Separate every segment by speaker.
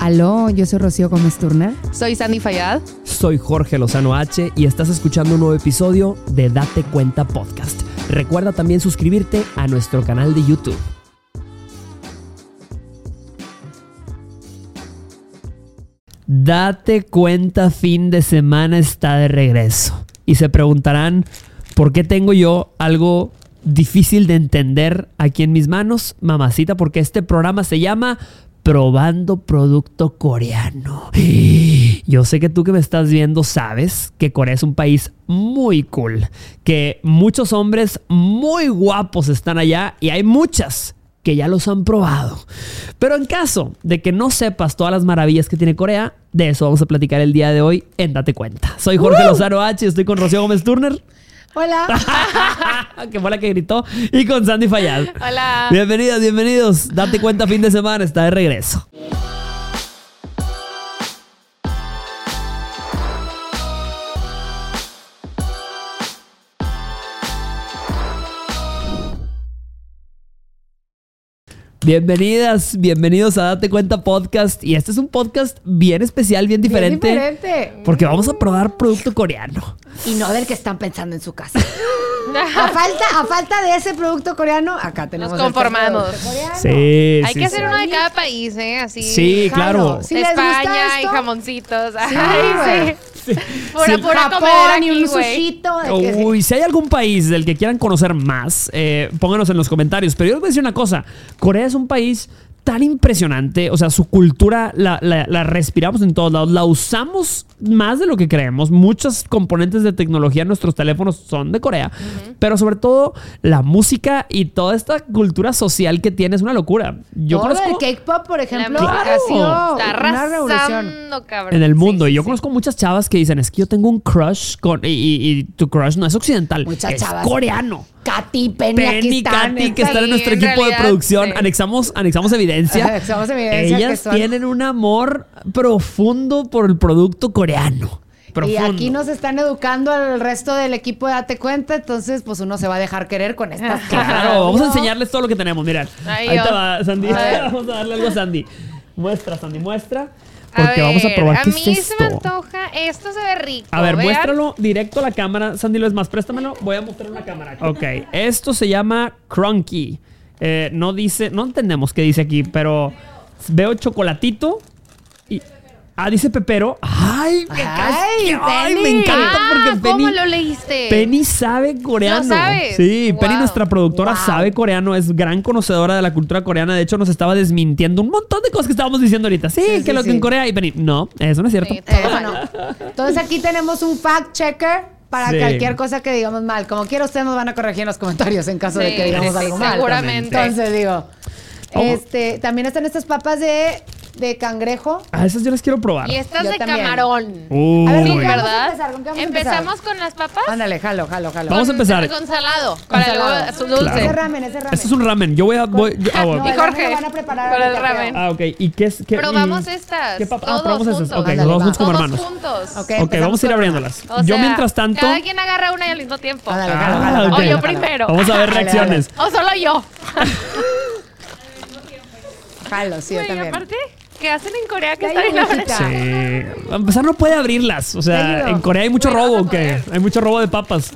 Speaker 1: Aló, yo soy Rocío Gómez Turner.
Speaker 2: Soy Sandy Fayad.
Speaker 3: Soy Jorge Lozano H y estás escuchando un nuevo episodio de Date Cuenta Podcast. Recuerda también suscribirte a nuestro canal de YouTube. Date cuenta, fin de semana está de regreso. Y se preguntarán, ¿por qué tengo yo algo difícil de entender aquí en mis manos, mamacita? Porque este programa se llama probando producto coreano. Yo sé que tú que me estás viendo sabes que Corea es un país muy cool, que muchos hombres muy guapos están allá y hay muchas que ya los han probado. Pero en caso de que no sepas todas las maravillas que tiene Corea, de eso vamos a platicar el día de hoy en Date Cuenta. Soy Jorge Lozano H y estoy con Rocío Gómez Turner.
Speaker 2: Hola.
Speaker 3: que fue la que gritó, y con Sandy Fayad.
Speaker 2: Hola.
Speaker 3: Bienvenidas, bienvenidos. Date cuenta, fin de semana está de regreso. Bienvenidas, bienvenidos a Date Cuenta Podcast. Y este es un podcast bien especial, bien diferente.
Speaker 1: diferente.
Speaker 3: Porque vamos a probar producto coreano.
Speaker 1: Y no del que están pensando en su casa. A falta, a falta de ese producto coreano, acá tenemos.
Speaker 2: Nos
Speaker 1: el
Speaker 2: conformamos.
Speaker 1: producto coreano.
Speaker 3: Sí,
Speaker 2: Hay
Speaker 3: sí,
Speaker 2: que
Speaker 3: sí.
Speaker 2: hacer uno de cada país, ¿eh? Así.
Speaker 3: Sí, claro.
Speaker 1: Claro, sí. Si les gusta
Speaker 2: España y
Speaker 1: esto-
Speaker 2: jamoncitos.
Speaker 1: güey.
Speaker 2: Ay, sí. Pura,
Speaker 3: Sí.
Speaker 2: pura comedera
Speaker 1: Japón y
Speaker 2: aquí,
Speaker 1: un
Speaker 2: güey.
Speaker 1: sushito. de que-
Speaker 3: Uy, si hay algún país del que quieran conocer más, eh, pónganos en los comentarios. Pero yo les voy a decir una cosa: Corea es un país tan impresionante, o sea, su cultura la, la- la respiramos en todos lados, la usamos más de lo que creemos, muchos componentes de tecnología en nuestros teléfonos son de Corea, pero sobre todo la música y toda esta cultura social que tiene es una locura. Yo
Speaker 1: Todo el
Speaker 3: conozco...
Speaker 1: K-pop, por ejemplo,
Speaker 3: Claro.
Speaker 1: ha sido
Speaker 2: Está
Speaker 1: una revolución.
Speaker 2: arrasando, cabrón.
Speaker 3: en el mundo.
Speaker 2: Sí,
Speaker 3: y yo
Speaker 2: sí,
Speaker 3: conozco muchas chavas que dicen, es que yo tengo un crush con... Y, y- y tu crush no es occidental,
Speaker 1: Muchas
Speaker 3: es
Speaker 1: chavas.
Speaker 3: coreano.
Speaker 1: Katy, Penny, aquí
Speaker 3: Penny,
Speaker 1: están.
Speaker 3: Katy, que
Speaker 2: está
Speaker 3: están en
Speaker 2: ahí,
Speaker 3: nuestro
Speaker 2: en
Speaker 3: equipo de
Speaker 2: realidad,
Speaker 3: producción.
Speaker 2: sí.
Speaker 3: Anexamos, anexamos evidencia.
Speaker 1: Anexamos evidencia que
Speaker 3: Ellas
Speaker 1: son-
Speaker 3: tienen un amor profundo por el producto coreano. Profundo.
Speaker 1: Y aquí nos están educando al resto del equipo de Date Cuenta, entonces pues uno se va a dejar querer con estas
Speaker 3: Claro, vamos a enseñarles todo lo que tenemos. Mirad.
Speaker 2: Ay,
Speaker 3: Ahí te
Speaker 2: Dios.
Speaker 3: va, Sandy.
Speaker 2: A ver.
Speaker 3: vamos a darle algo a Sandy. Muestra, Sandy, muestra.
Speaker 2: A
Speaker 3: Porque vamos a
Speaker 2: ver,
Speaker 3: probar qué
Speaker 2: mí
Speaker 3: es esto.
Speaker 2: se me antoja. Esto se ve rico.
Speaker 3: A ver,
Speaker 2: vean.
Speaker 3: muéstralo directo a la cámara. Sandy, lo es más, préstamelo. Voy a mostrar una cámara. Ok, esto se llama Crunky. Eh, no dice, no entendemos qué dice aquí, pero veo chocolatito y. Ah, dice Pepero. ¡Ay, me, cas-
Speaker 1: Ay,
Speaker 3: ay, me
Speaker 1: Penny.
Speaker 3: encanta
Speaker 2: Ah,
Speaker 3: porque
Speaker 2: ¿cómo
Speaker 3: Penny,
Speaker 2: lo leíste?
Speaker 3: Penny sabe coreano.
Speaker 2: ¿No sabes?
Speaker 3: Sí, Penny,
Speaker 2: Wow.
Speaker 3: nuestra productora,
Speaker 1: Wow.
Speaker 3: sabe coreano, es gran conocedora de la cultura coreana. De hecho, nos estaba desmintiendo un montón de cosas que estábamos diciendo ahorita. Sí,
Speaker 1: Sí,
Speaker 3: que
Speaker 1: sí,
Speaker 3: lo
Speaker 1: sí.
Speaker 3: que en Corea. Y Penny, no, eso no es cierto.
Speaker 2: Sí, todo
Speaker 1: Eso
Speaker 2: mal.
Speaker 1: no. Entonces aquí tenemos un fact checker para
Speaker 3: Sí.
Speaker 1: cualquier cosa que digamos mal. Como quiera, ustedes nos van a corregir en los comentarios en caso de
Speaker 2: Sí,
Speaker 1: que digamos
Speaker 2: sí,
Speaker 1: algo mal.
Speaker 2: seguramente.
Speaker 1: Entonces digo,
Speaker 3: Ojo.
Speaker 1: este, también están estas papas de, de cangrejo.
Speaker 3: A Ah, esas yo las quiero probar.
Speaker 2: Y estas
Speaker 1: Yo
Speaker 2: de
Speaker 1: también.
Speaker 2: camarón.
Speaker 3: Uy.
Speaker 1: A ver,
Speaker 2: Sí,
Speaker 1: ¿con qué vamos a
Speaker 2: ¿verdad?
Speaker 1: empezar? ¿Con qué vamos a empezar?
Speaker 2: Empezamos con las papas.
Speaker 1: Ándale, jalo, jalo, jalo.
Speaker 3: Vamos a
Speaker 2: Con-
Speaker 3: empezar.
Speaker 2: Con salado. Para
Speaker 1: salado.
Speaker 2: algo su dulce.
Speaker 3: Claro.
Speaker 1: Ese ramen, ese ramen.
Speaker 3: Este es un ramen. Yo voy a. voy- yo- ah, bueno.
Speaker 1: No,
Speaker 2: Y
Speaker 1: el
Speaker 2: Jorge,
Speaker 1: ramen lo van a preparar
Speaker 2: para el
Speaker 1: ahorita, creo.
Speaker 2: ramen.
Speaker 3: Ah, ok. ¿Y qué es? Qué,
Speaker 2: Probamos
Speaker 3: y-
Speaker 2: estas.
Speaker 3: ¿Qué papa? Ah,
Speaker 2: todos
Speaker 3: probamos
Speaker 2: juntos.
Speaker 3: esas. Ok,
Speaker 1: Ándale,
Speaker 3: los
Speaker 1: va.
Speaker 3: vamos como
Speaker 2: Todos
Speaker 3: hermanos.
Speaker 2: juntos.
Speaker 1: Ok,
Speaker 3: Ok, vamos a ir
Speaker 1: empezamos
Speaker 3: abriéndolas.
Speaker 2: O
Speaker 3: yo
Speaker 2: sea,
Speaker 3: mientras tanto.
Speaker 2: Cada quien agarra una y al mismo tiempo.
Speaker 1: Ándale,
Speaker 3: Ah,
Speaker 1: jalo, jalo, jalo,
Speaker 3: ok.
Speaker 2: O yo
Speaker 1: jalo.
Speaker 2: primero.
Speaker 3: Vamos a ver
Speaker 1: Dale,
Speaker 3: reacciones.
Speaker 2: O solo yo.
Speaker 1: Jalo, sí, yo
Speaker 2: Güey,
Speaker 1: también.
Speaker 2: aparte, ¿qué hacen en Corea que
Speaker 1: Ya
Speaker 2: están
Speaker 1: hay
Speaker 2: en la
Speaker 1: hojita.
Speaker 3: Sí. Eh, A empezar, no puede abrirlas. O
Speaker 1: Te
Speaker 3: sea,
Speaker 1: ayudo.
Speaker 3: en Corea hay mucho
Speaker 2: Bueno,
Speaker 3: robo.
Speaker 2: vamos a
Speaker 3: que Hay mucho robo de papas.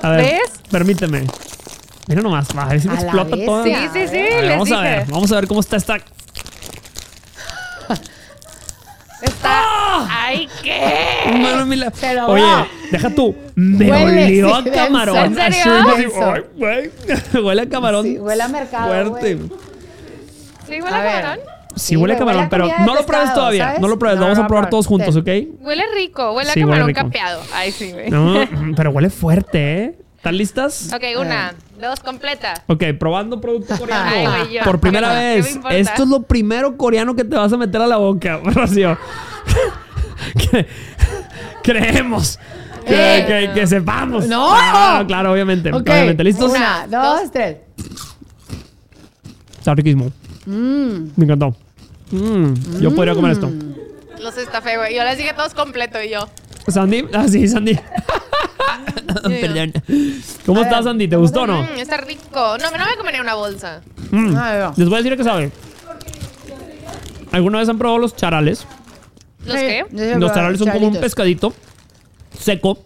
Speaker 3: A ver.
Speaker 2: ¿Ves?
Speaker 3: Permíteme. Mira nomás. A ver si me
Speaker 1: A la
Speaker 3: explota
Speaker 1: bestia.
Speaker 3: todo.
Speaker 2: Sí,
Speaker 1: A
Speaker 2: sí,
Speaker 1: ver,
Speaker 3: A
Speaker 2: sí,
Speaker 3: ver,
Speaker 2: les
Speaker 3: vamos a
Speaker 2: dije.
Speaker 3: ver. Vamos a ver cómo está esta.
Speaker 2: Está. ¡Ay, qué!
Speaker 3: Mano, mira.
Speaker 1: Pero
Speaker 3: Oye,
Speaker 1: va.
Speaker 3: deja tú. Me
Speaker 1: Huele,
Speaker 3: olió a
Speaker 1: sí,
Speaker 3: camarón.
Speaker 2: denso. ¿En
Speaker 3: Así
Speaker 2: serio?
Speaker 3: me digo,
Speaker 1: Denso.
Speaker 3: "Ay, güey". Huele a camarón.
Speaker 1: Sí, huele a mercado,
Speaker 3: Fuerte.
Speaker 1: güey.
Speaker 2: ¿Sí
Speaker 1: A
Speaker 2: huele
Speaker 1: ver.
Speaker 2: a camarón?
Speaker 3: Sí,
Speaker 1: Sí,
Speaker 3: huele
Speaker 1: güey,
Speaker 3: a
Speaker 1: huele
Speaker 3: camarón,
Speaker 1: a
Speaker 3: pero
Speaker 1: comida de
Speaker 3: no lo pruebes
Speaker 1: pescado,
Speaker 3: todavía.
Speaker 1: ¿sabes?
Speaker 3: No lo pruebes,
Speaker 1: No,
Speaker 3: lo vamos
Speaker 1: no,
Speaker 3: a probar
Speaker 1: no,
Speaker 3: todos juntos, ¿ok?
Speaker 2: Huele rico. Huele a
Speaker 3: Sí, huele
Speaker 2: camarón
Speaker 3: rico.
Speaker 2: capeado. Ay, sí, güey.
Speaker 3: No, mm, pero huele fuerte, ¿eh? ¿Están listas?
Speaker 2: Ok, una, dos, completa.
Speaker 3: Ok, probando producto coreano.
Speaker 2: Ay, güey, yo.
Speaker 3: Por primera
Speaker 2: ¿Qué me
Speaker 3: vez.
Speaker 2: importa?
Speaker 3: Esto es lo primero coreano que te vas a meter a la boca, Rocío. Que- Creemos que,
Speaker 2: Eh.
Speaker 3: que- que sepamos.
Speaker 1: No.
Speaker 3: Ah, claro, obviamente.
Speaker 1: Ok,
Speaker 3: Obviamente. ¿Listos?
Speaker 1: Una, dos, tres.
Speaker 3: Está riquísimo. Me encantó. Mm, Yo podría comer esto.
Speaker 2: Los estafé, güey. Yo les dije todos completo y yo.
Speaker 3: Sandy, ah, sí, Sandy. Perdón. ¿Cómo
Speaker 1: A ver,
Speaker 3: estás, Sandy? ¿Te gustó o no?
Speaker 2: "Mm, está rico. No, no me comería una bolsa.
Speaker 3: Mm.
Speaker 1: Ay, no.
Speaker 3: Les voy a decir que sabe. ¿Alguna vez han probado los charales?
Speaker 2: ¿Los
Speaker 3: Eh,
Speaker 2: qué?
Speaker 1: Yo sí lo
Speaker 3: Los
Speaker 1: probaba,
Speaker 3: charales son como un
Speaker 1: charalitos.
Speaker 3: pescadito seco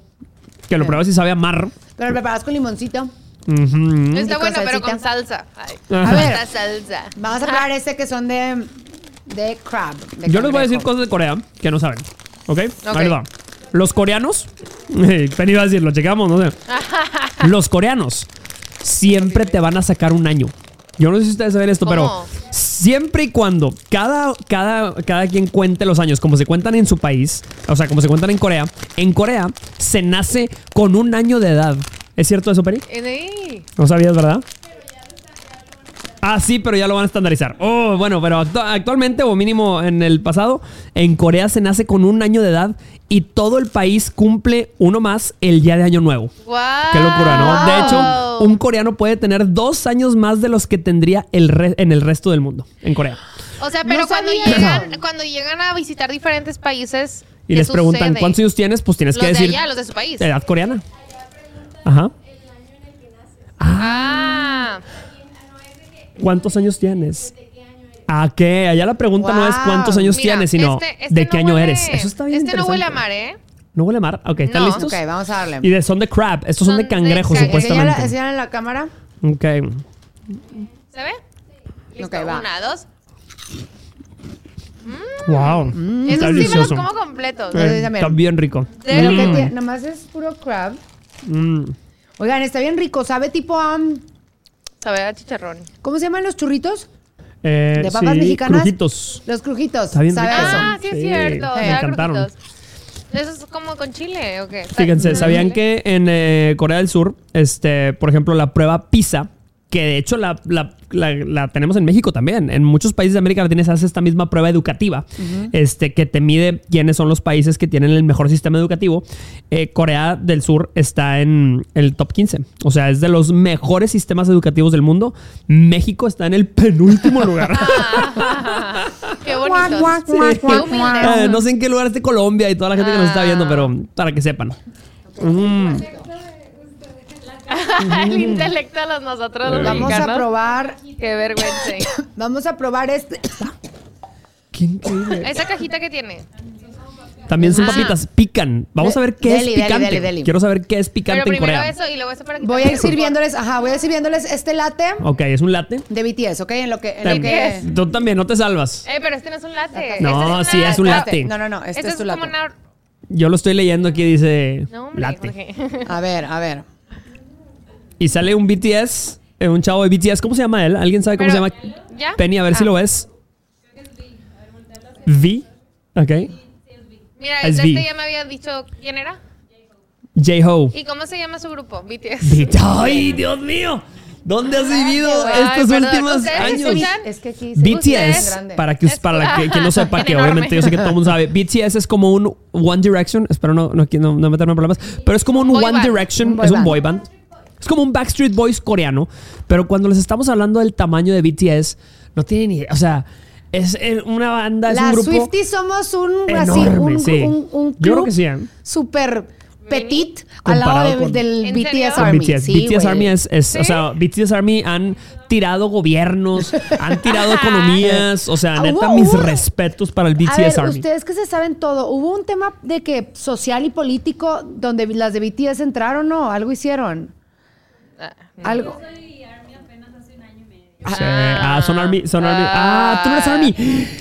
Speaker 3: que lo
Speaker 1: Sí.
Speaker 3: pruebas y sabe a mar.
Speaker 1: Pero lo preparas con limoncito.
Speaker 3: Ujú.
Speaker 2: Está
Speaker 1: Y con
Speaker 2: bueno, pero con salsa. Ay,
Speaker 3: Mm. Ajá.
Speaker 1: A ver.
Speaker 2: la salsa.
Speaker 1: Vamos a probar
Speaker 2: Ah.
Speaker 1: ese que son de, de crab. de
Speaker 3: Yo les voy a decir
Speaker 1: cangrejo.
Speaker 3: cosas de Corea que no saben. ¿Ok?
Speaker 2: Ok.
Speaker 3: Ahí les va. Los coreanos. Ven iba a decir, lo checamos, no sé. Los coreanos siempre te van a sacar un año. Yo no sé si ustedes saben esto,
Speaker 2: ¿Cómo?
Speaker 3: pero siempre y cuando cada, cada, cada quien cuente los años, como se cuentan en su país, o sea, como se cuentan en Corea, en Corea se nace con un año de edad. ¿Es cierto eso, Peri?
Speaker 2: Ey,
Speaker 3: No sabías, ¿verdad? Ah, sí, pero ya lo van a estandarizar. Oh, bueno, pero actu- actualmente, o mínimo en el pasado, en Corea se nace con un año de edad y todo el país cumple uno más el día de Año Nuevo.
Speaker 2: Guau.
Speaker 3: Qué locura, ¿no? De hecho, un coreano puede tener dos años más de los que tendría el re- en el resto del mundo, en Corea.
Speaker 2: O sea, pero
Speaker 1: No
Speaker 2: cuando
Speaker 1: sabía.
Speaker 2: llegan, cuando llegan a visitar diferentes países
Speaker 3: Y
Speaker 2: ¿qué
Speaker 3: les preguntan,
Speaker 2: sucede?
Speaker 3: ¿cuántos años tienes? Pues tienes
Speaker 2: Los
Speaker 3: que
Speaker 2: de
Speaker 3: decir Eh,
Speaker 2: allá, los de su país.
Speaker 3: edad coreana. Ajá.
Speaker 2: Ah,
Speaker 3: ¿Cuántos años tienes? ¿A qué? Allá la pregunta no es
Speaker 1: Wow.
Speaker 3: cuántos años
Speaker 2: mira,
Speaker 3: tienes, sino
Speaker 2: este- este
Speaker 3: de
Speaker 2: no
Speaker 3: qué año
Speaker 2: huele-
Speaker 3: eres. Eso está bien
Speaker 2: Este no huele a
Speaker 3: interesante.
Speaker 2: mar, ¿eh?
Speaker 3: No huele a mar. Ok, ¿están
Speaker 2: No.
Speaker 3: listos?
Speaker 1: Ok, vamos a darle.
Speaker 3: Y de, son de crab. Estos son,
Speaker 2: Son
Speaker 3: de
Speaker 2: de
Speaker 3: cangrejo,
Speaker 1: Enseñala,
Speaker 2: cangrejo.
Speaker 3: supuestamente.
Speaker 1: enseñala en la cámara.
Speaker 3: Ok.
Speaker 2: ¿Se ve? Listo,
Speaker 1: Ok, va.
Speaker 2: Una, dos.
Speaker 3: Wow. está
Speaker 2: Eso Mm, sí me los
Speaker 3: delicioso.
Speaker 2: como completos.
Speaker 1: Eh,
Speaker 3: Eh, está bien rico.
Speaker 2: De
Speaker 1: Lo
Speaker 2: Mm.
Speaker 1: que tiene- nomás es puro crab.
Speaker 3: Mm.
Speaker 1: Oigan, está bien rico. Sabe tipo a... um,
Speaker 2: Sabe a chicharrón.
Speaker 1: ¿Cómo se llaman los churritos?
Speaker 3: Eh,
Speaker 1: De papas
Speaker 3: sí,
Speaker 1: mexicanas.
Speaker 3: crujitos.
Speaker 1: Los crujitos.
Speaker 3: Está bien
Speaker 1: sabe
Speaker 3: rico.
Speaker 1: a eso.
Speaker 2: Ah, sí, es
Speaker 3: Sí,
Speaker 2: cierto.
Speaker 3: me
Speaker 2: sabe a
Speaker 3: encantaron.
Speaker 2: crujitos. Eso es como con chile, ¿o qué?
Speaker 3: Fíjense,
Speaker 2: ¿Sabe-
Speaker 3: ¿sabían
Speaker 2: chile?
Speaker 3: que en eh, Corea del Sur, este, por ejemplo, la prueba PISA, que de hecho la, la- la- la tenemos en México también, en muchos países de América Latina se hace esta misma prueba educativa, este, que te mide quiénes son los países que tienen el mejor sistema educativo, eh, Corea del Sur está en el top 15, o sea, es de los mejores sistemas educativos del mundo, México está en el penúltimo lugar.
Speaker 2: Qué bonito.
Speaker 1: Guac, guac, guac,
Speaker 2: Qué humildes.
Speaker 1: guac.
Speaker 3: Eh, no sé en qué lugar es de Colombia y toda la gente que nos está viendo,
Speaker 2: Ah.
Speaker 3: pero para que sepan. Mm.
Speaker 2: El intelecto de los nosotros los
Speaker 1: Vamos a
Speaker 2: mexicanos.
Speaker 1: probar...
Speaker 2: Qué vergüenza.
Speaker 1: Vamos a probar este...
Speaker 3: Qué increíble.
Speaker 2: Esa cajita que tiene.
Speaker 3: También son
Speaker 2: Ah.
Speaker 3: papitas, pican. Vamos a ver qué
Speaker 1: Deli,
Speaker 3: es
Speaker 1: deli,
Speaker 3: picante.
Speaker 1: deli, deli.
Speaker 3: Quiero saber qué es
Speaker 2: Pero
Speaker 3: picante en
Speaker 2: primero
Speaker 3: Corea.
Speaker 2: eso y luego eso para que
Speaker 1: Voy a ir sirviéndoles... Ajá, voy a ir sirviéndoles este latte
Speaker 3: Ok, es un latte.
Speaker 1: de BTS, ¿ok? En lo que... En
Speaker 3: Tem-
Speaker 1: lo que
Speaker 3: Tú también, no te salvas.
Speaker 2: Eh, pero este no es un latte.
Speaker 3: No,
Speaker 2: Este
Speaker 3: sí,
Speaker 2: una-
Speaker 3: es un latte.
Speaker 1: No, no, no. Este,
Speaker 2: Este
Speaker 1: es tu latte.
Speaker 2: como una...
Speaker 3: Yo lo estoy leyendo aquí, dice
Speaker 2: No, hombre,
Speaker 3: latte.
Speaker 2: Jorge.
Speaker 1: A ver, a ver.
Speaker 3: Y sale un BTS, eh, un chavo de BTS. ¿Cómo se llama él? ¿Alguien sabe cómo
Speaker 2: Pero,
Speaker 3: se llama?
Speaker 2: ¿ya?
Speaker 3: Penny, a ver
Speaker 2: Ah.
Speaker 3: si lo ves. V. Ok.
Speaker 2: Mira,
Speaker 3: Es
Speaker 2: este
Speaker 3: V.
Speaker 2: ya me había dicho quién era.
Speaker 3: J-Ho.
Speaker 2: ¿Y cómo se llama su grupo? BTS.
Speaker 3: Vit- ¡Ay, Dios mío! ¿Dónde has vivido
Speaker 2: Ay,
Speaker 3: estos
Speaker 2: perdón,
Speaker 3: últimos
Speaker 2: ¿ustedes
Speaker 3: años?
Speaker 2: escuchan?
Speaker 1: Es que aquí se- es
Speaker 3: BTS,
Speaker 1: grande.
Speaker 3: para que
Speaker 2: Es-
Speaker 3: para la que, quien no sepa, que
Speaker 2: Enorme.
Speaker 3: obviamente yo sé que todo el mundo sabe, BTS es como un One Direction, espero no, no, no, no meterme en problemas, pero es como un
Speaker 2: Boy
Speaker 3: One
Speaker 2: band.
Speaker 3: Direction,
Speaker 1: Un boy
Speaker 3: es un
Speaker 1: band.
Speaker 3: boy band. Es como un Backstreet Boys coreano, pero cuando les estamos hablando del tamaño de BTS, no tienen ni idea, o sea, es eh, una banda, es un
Speaker 1: Las
Speaker 3: grupo...
Speaker 1: Swifties somos un, así,
Speaker 3: enorme,
Speaker 1: un,
Speaker 3: sí.
Speaker 1: un, un
Speaker 3: Yo creo
Speaker 1: club
Speaker 3: que sí, ¿eh?
Speaker 1: Súper petit al
Speaker 3: Comparado
Speaker 1: lado de-
Speaker 3: con-
Speaker 1: del
Speaker 2: ¿En
Speaker 1: BTS
Speaker 2: serio?
Speaker 3: con
Speaker 1: Army.
Speaker 3: BTS.
Speaker 1: Sí,
Speaker 3: BTS
Speaker 1: güey.
Speaker 3: Army es, es- o sea, BTS Army han tirado gobiernos, han tirado economías, o sea,
Speaker 1: Ah,
Speaker 3: neta,
Speaker 1: hubo-
Speaker 3: mis
Speaker 1: hubo-
Speaker 3: respetos para el
Speaker 1: A
Speaker 3: BTS
Speaker 1: ver,
Speaker 3: Army.
Speaker 1: ustedes que se saben todo, hubo un tema de que social y político donde las de BTS entraron, ¿no? Algo hicieron.
Speaker 2: Ah,
Speaker 1: Algo.
Speaker 3: Sí. Ah, son Army, son Army. Ah, tú no eres Army.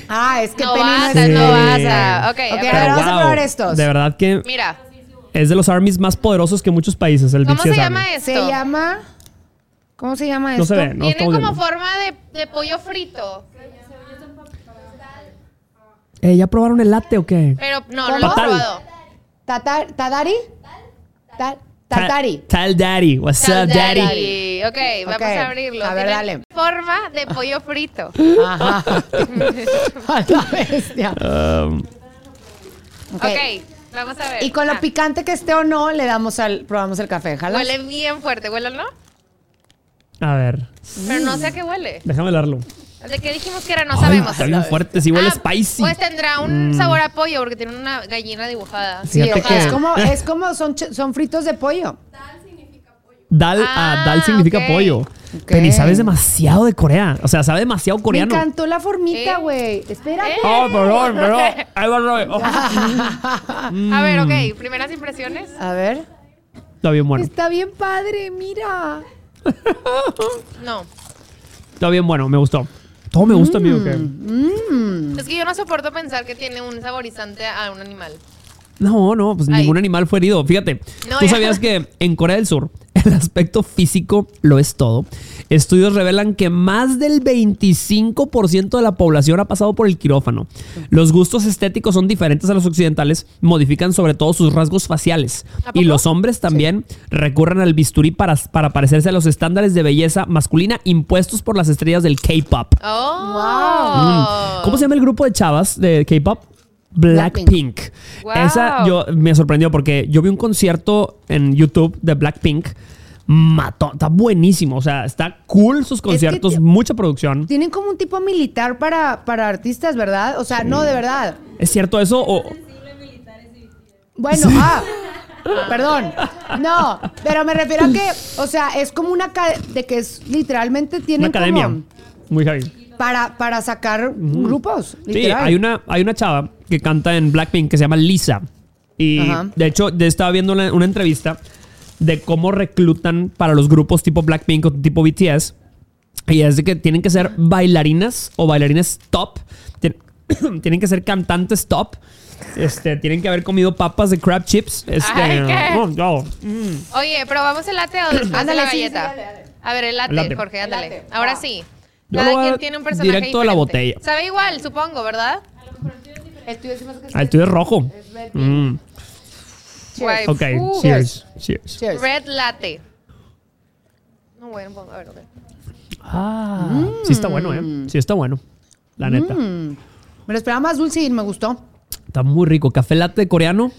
Speaker 1: Ah, es que
Speaker 2: No
Speaker 1: Penny no
Speaker 2: vas
Speaker 1: es
Speaker 2: a,
Speaker 3: Sí.
Speaker 2: no vas a. Ok,
Speaker 1: Ok,
Speaker 2: a
Speaker 1: ahora
Speaker 2: ver.
Speaker 1: vamos a
Speaker 3: wow,
Speaker 1: probar estos.
Speaker 3: De verdad que
Speaker 2: Mira,
Speaker 3: es de los armies más poderosos que muchos países el
Speaker 2: ¿cómo
Speaker 3: BTS
Speaker 2: se
Speaker 3: Army.
Speaker 2: llama esto?
Speaker 1: Se llama. ¿Cómo se llama
Speaker 3: No
Speaker 1: esto?
Speaker 3: se ve, no
Speaker 2: Tiene
Speaker 3: estamos
Speaker 2: como
Speaker 3: viendo.
Speaker 2: forma de, de pollo frito.
Speaker 3: Eh, ¿Ya probaron el latte o qué?
Speaker 2: Pero no, no lo he
Speaker 3: Patal.
Speaker 2: probado.
Speaker 1: Tatar- ¿Tadari? Ta- Tatari.
Speaker 3: Ta- Tal Daddy. What's up, Daddy?
Speaker 2: Daddy. Ok, vamos a abrirlo.
Speaker 1: A ver,
Speaker 2: Tiene
Speaker 1: dale.
Speaker 2: Forma de pollo frito.
Speaker 1: Ajá. A la bestia.
Speaker 3: Um,
Speaker 1: Ok.
Speaker 2: Ok, vamos a ver.
Speaker 1: Y con lo
Speaker 2: Ah,
Speaker 1: picante que esté o no, le damos al, probamos el café, ¿jala?
Speaker 2: Huele bien fuerte, huele, ¿no?
Speaker 3: a ver,
Speaker 2: Pero no sé a qué huele.
Speaker 3: déjame hablarlo.
Speaker 2: ¿De qué dijimos que era? No
Speaker 3: Mm. Ay,
Speaker 2: sabemos.
Speaker 3: Está bien fuerte, sí huele spicy. Mm.
Speaker 2: Pues tendrá un sabor a pollo porque tiene una gallina dibujada.
Speaker 1: Sí,
Speaker 3: Fíjate
Speaker 1: ok.
Speaker 3: que-
Speaker 1: es como, es como son, ch- son fritos de pollo.
Speaker 3: Dal, ah,
Speaker 2: Ah,
Speaker 3: dal significa
Speaker 2: ok.
Speaker 3: pollo.
Speaker 1: Ok.
Speaker 3: Penny, sabes demasiado de Corea. O sea, sabe demasiado coreano.
Speaker 1: Me encantó la formita,
Speaker 2: ¿Eh?
Speaker 1: güey. Espérate.
Speaker 2: ¿Eh?
Speaker 3: Oh, perdón, perdón. Ahí va Roy. Oh,
Speaker 2: A ver,
Speaker 3: Mm.
Speaker 2: ok, primeras impresiones.
Speaker 1: A ver.
Speaker 3: todavía bueno.
Speaker 1: Está bien padre, mira.
Speaker 2: No.
Speaker 3: Está bien bueno, me gustó. Todo me gusta, amigo. que- Mm.
Speaker 2: Es que yo no soporto pensar que tiene un saborizante a un animal.
Speaker 3: No, no, pues
Speaker 2: Ay.
Speaker 3: ningún animal fue herido. Fíjate,
Speaker 2: No,
Speaker 3: tú
Speaker 2: ya.
Speaker 3: sabías que en Corea del Sur el aspecto físico lo es todo. Estudios revelan que más del 25% de la población ha pasado por el quirófano. Los gustos estéticos son diferentes a los occidentales, modifican sobre todo sus rasgos faciales.
Speaker 2: ¿A
Speaker 3: Y
Speaker 2: poco?
Speaker 3: los hombres también recurren al bisturí para, para parecerse a los estándares de belleza masculina impuestos por las estrellas del K-pop.
Speaker 2: Oh.
Speaker 3: ¿Cómo se llama el grupo de chavas de K-pop? Blackpink.
Speaker 2: Wow.
Speaker 3: Esa yo me sorprendió porque yo vi un concierto en YouTube de Blackpink. Mató, está buenísimo, o sea, está cool sus conciertos,
Speaker 1: te-
Speaker 3: mucha producción.
Speaker 1: Tienen como un tipo militar para, para artistas, ¿verdad? O sea, no, de verdad.
Speaker 3: ¿Es cierto eso? O,
Speaker 1: Bueno, ah, perdón. No, pero me refiero a que, o sea, es como una ca- de que es literalmente
Speaker 3: una
Speaker 1: tienen
Speaker 3: academia. Muy heavy.
Speaker 1: como para para sacar grupos,
Speaker 3: Sí,
Speaker 1: literal.
Speaker 3: hay una, hay una chava que canta en Blackpink que se llama Lisa. Y
Speaker 1: Ajá.
Speaker 3: de hecho, yo estaba viendo una, una entrevista de cómo reclutan para los grupos tipo Blackpink o tipo BTS. Y es de que tienen que ser bailarinas o bailarines top. Tien- tienen que ser cantantes top. Este, tienen que haber comido papas de crab chips. Este,
Speaker 2: Ay, ¿qué?
Speaker 3: oh, no.
Speaker 2: Oye, probamos el latte o después de
Speaker 1: Ándale,
Speaker 2: la
Speaker 1: sí, sí,
Speaker 2: galleta.
Speaker 1: dale, dale.
Speaker 2: A ver, el latte,
Speaker 3: El latte.
Speaker 2: Jorge,
Speaker 1: El
Speaker 2: ándale.
Speaker 1: latte,
Speaker 2: Ahora
Speaker 1: va.
Speaker 2: sí.
Speaker 3: Yo
Speaker 2: Cada
Speaker 3: lo voy a
Speaker 2: quien tiene un personaje
Speaker 3: directo a la
Speaker 2: diferente.
Speaker 3: botella.
Speaker 2: Sabe igual, supongo, ¿verdad?
Speaker 1: El tuyo sí me hace que
Speaker 3: Ah, el tuyo es rojo. Mm.
Speaker 2: Guay.
Speaker 3: Ok,
Speaker 2: Uh,
Speaker 3: cheers. Cheers.
Speaker 1: Cheers.
Speaker 2: Red latte. No, bueno, pues, a ver, ok.
Speaker 3: Ah, sí está bueno, ¿eh? Sí está bueno. La neta.
Speaker 1: Me lo esperaba más dulce y me gustó.
Speaker 3: Está muy rico. Café latte coreano,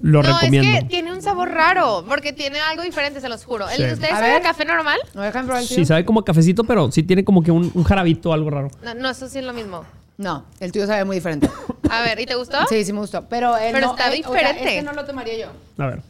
Speaker 3: lo
Speaker 2: No,
Speaker 3: recomiendo.
Speaker 2: es que tiene un sabor raro, porque tiene algo diferente, se los juro. ¿El
Speaker 3: Sí.
Speaker 2: de ustedes
Speaker 1: A
Speaker 2: sabe a
Speaker 1: ver.
Speaker 2: café normal?
Speaker 1: ¿No dejan probar el tuyo?
Speaker 3: Sí, sabe como a cafecito, pero sí tiene como que un, un jarabito, algo raro.
Speaker 2: No, no, eso sí es lo mismo.
Speaker 1: No, el tuyo sabe muy diferente.
Speaker 2: A ver, ¿y te gustó?
Speaker 1: Sí, sí me gustó, pero eh,
Speaker 2: Pero
Speaker 1: no,
Speaker 2: está
Speaker 1: eh, o sea,
Speaker 2: diferente.
Speaker 1: este no lo tomaría yo.
Speaker 3: A ver.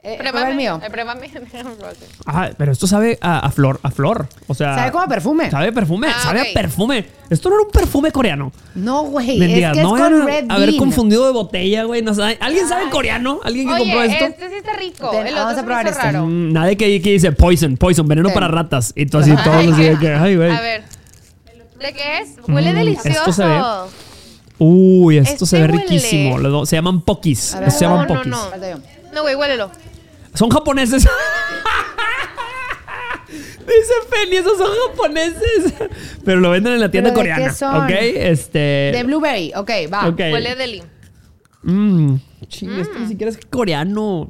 Speaker 1: Eh, prueba
Speaker 2: Pruébame.
Speaker 1: el mío.
Speaker 2: Eh, pruébame.
Speaker 3: Ah, pero esto sabe a, a flor, a flor. O sea.
Speaker 1: Sabe como a perfume.
Speaker 3: Ah, Sabe a perfume,
Speaker 2: Ah,
Speaker 3: sabe
Speaker 2: ok.
Speaker 3: a perfume. Esto no era un perfume coreano.
Speaker 1: No, güey,
Speaker 3: Mendigas,
Speaker 1: es que
Speaker 3: no
Speaker 1: es con
Speaker 3: vayan a-
Speaker 1: Red
Speaker 3: haber
Speaker 1: Bean.
Speaker 3: confundido de botella, güey. No sabe- ¿Alguien sabe coreano? ¿Alguien que compró
Speaker 2: Oye,
Speaker 3: esto?
Speaker 2: este sí está rico.
Speaker 1: Ven,
Speaker 2: el
Speaker 1: vamos
Speaker 2: otro
Speaker 1: a
Speaker 2: se me
Speaker 1: probar
Speaker 2: hizo
Speaker 1: este.
Speaker 2: raro.
Speaker 3: Mm, Nadie que, que dice poison, poison, veneno
Speaker 1: Sí.
Speaker 3: para ratas. Y tú así, todos
Speaker 2: Ay,
Speaker 3: los
Speaker 2: qué-
Speaker 3: días que, ay, güey.
Speaker 2: A ver. ¿De qué es? Huele
Speaker 3: Mm,
Speaker 2: delicioso.
Speaker 3: esto se ve- Uy, esto
Speaker 2: Este
Speaker 3: se ve
Speaker 2: huele.
Speaker 3: riquísimo. Los dos- Se llaman pokis.
Speaker 1: A ver.
Speaker 3: Estos se llaman
Speaker 2: No, no,
Speaker 3: pokis.
Speaker 2: no.
Speaker 1: Falta yo.
Speaker 2: No, güey, huélelo.
Speaker 3: Son japoneses. Dice Penny, esos son japoneses. Pero lo venden en la tienda
Speaker 1: ¿Pero de
Speaker 3: coreana.
Speaker 1: qué son?
Speaker 3: ¿Ok? Este.
Speaker 1: De Blueberry, ok, va.
Speaker 3: Ok.
Speaker 2: Huele deli.
Speaker 3: Mm, ching, esto ni siquiera es coreano.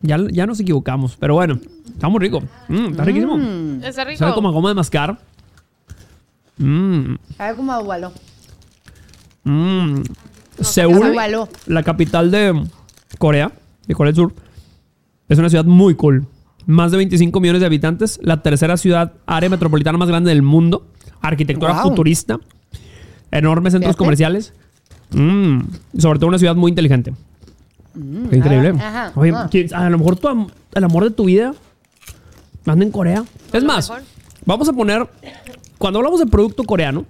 Speaker 3: Ya, ya nos equivocamos. Pero bueno, está muy rico. Mm, está riquísimo.
Speaker 2: Está rico.
Speaker 3: Sabe como a goma de mascar. Mmm.
Speaker 1: A ver cómo agualo.
Speaker 3: Mmm. Seúl,
Speaker 1: sabe.
Speaker 3: la capital de Corea, de Corea del Sur, es una ciudad muy cool. Más de 25 millones de habitantes, la tercera ciudad área metropolitana más grande del mundo, arquitectura
Speaker 1: Guau.
Speaker 3: futurista, enormes centros
Speaker 1: Fíjate.
Speaker 3: comerciales. Mm, sobre todo una ciudad muy inteligente. Qué increíble.
Speaker 1: ah, ajá,
Speaker 3: Oye,
Speaker 1: ah.
Speaker 3: ¿quién- a lo mejor tu am- el amor de tu vida anda en Corea. Es
Speaker 2: lo
Speaker 3: más,
Speaker 2: mejor.
Speaker 3: vamos a poner, cuando hablamos de producto coreano,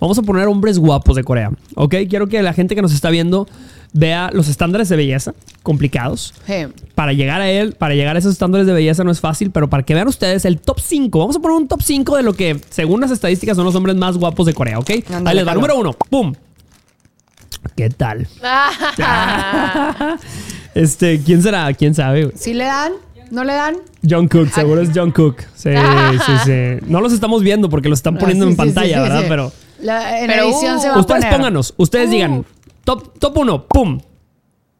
Speaker 3: vamos a poner hombres guapos de Corea. ¿Ok? Quiero que la gente que nos está viendo vea los estándares de belleza complicados.
Speaker 1: Sí.
Speaker 3: Para llegar a él, para llegar a esos estándares de belleza no es fácil, pero para que vean ustedes el top 5, vamos a poner un top 5 de lo que, según las estadísticas, son los hombres más guapos de Corea, ¿ok?
Speaker 1: Ándale,
Speaker 3: Ahí les va,
Speaker 1: jalo.
Speaker 3: número 1, ¡pum! ¿Qué tal?
Speaker 2: Ah,
Speaker 3: Este, ¿quién será? ¿Quién sabe? güey?
Speaker 1: Si le dan, no le dan.
Speaker 3: John Cook, seguro es John Cook. Sí, sí, sí. No los estamos viendo porque los están poniendo
Speaker 1: Ah, sí,
Speaker 3: en
Speaker 1: sí, sí,
Speaker 3: pantalla,
Speaker 1: sí,
Speaker 3: ¿verdad?
Speaker 1: sí.
Speaker 3: Pero
Speaker 1: La- en
Speaker 2: Pero,
Speaker 1: edición
Speaker 2: uh,
Speaker 1: se va a
Speaker 3: ustedes
Speaker 1: poner. Uh.
Speaker 3: pónganos, ustedes digan, top, top 1, ¡pum!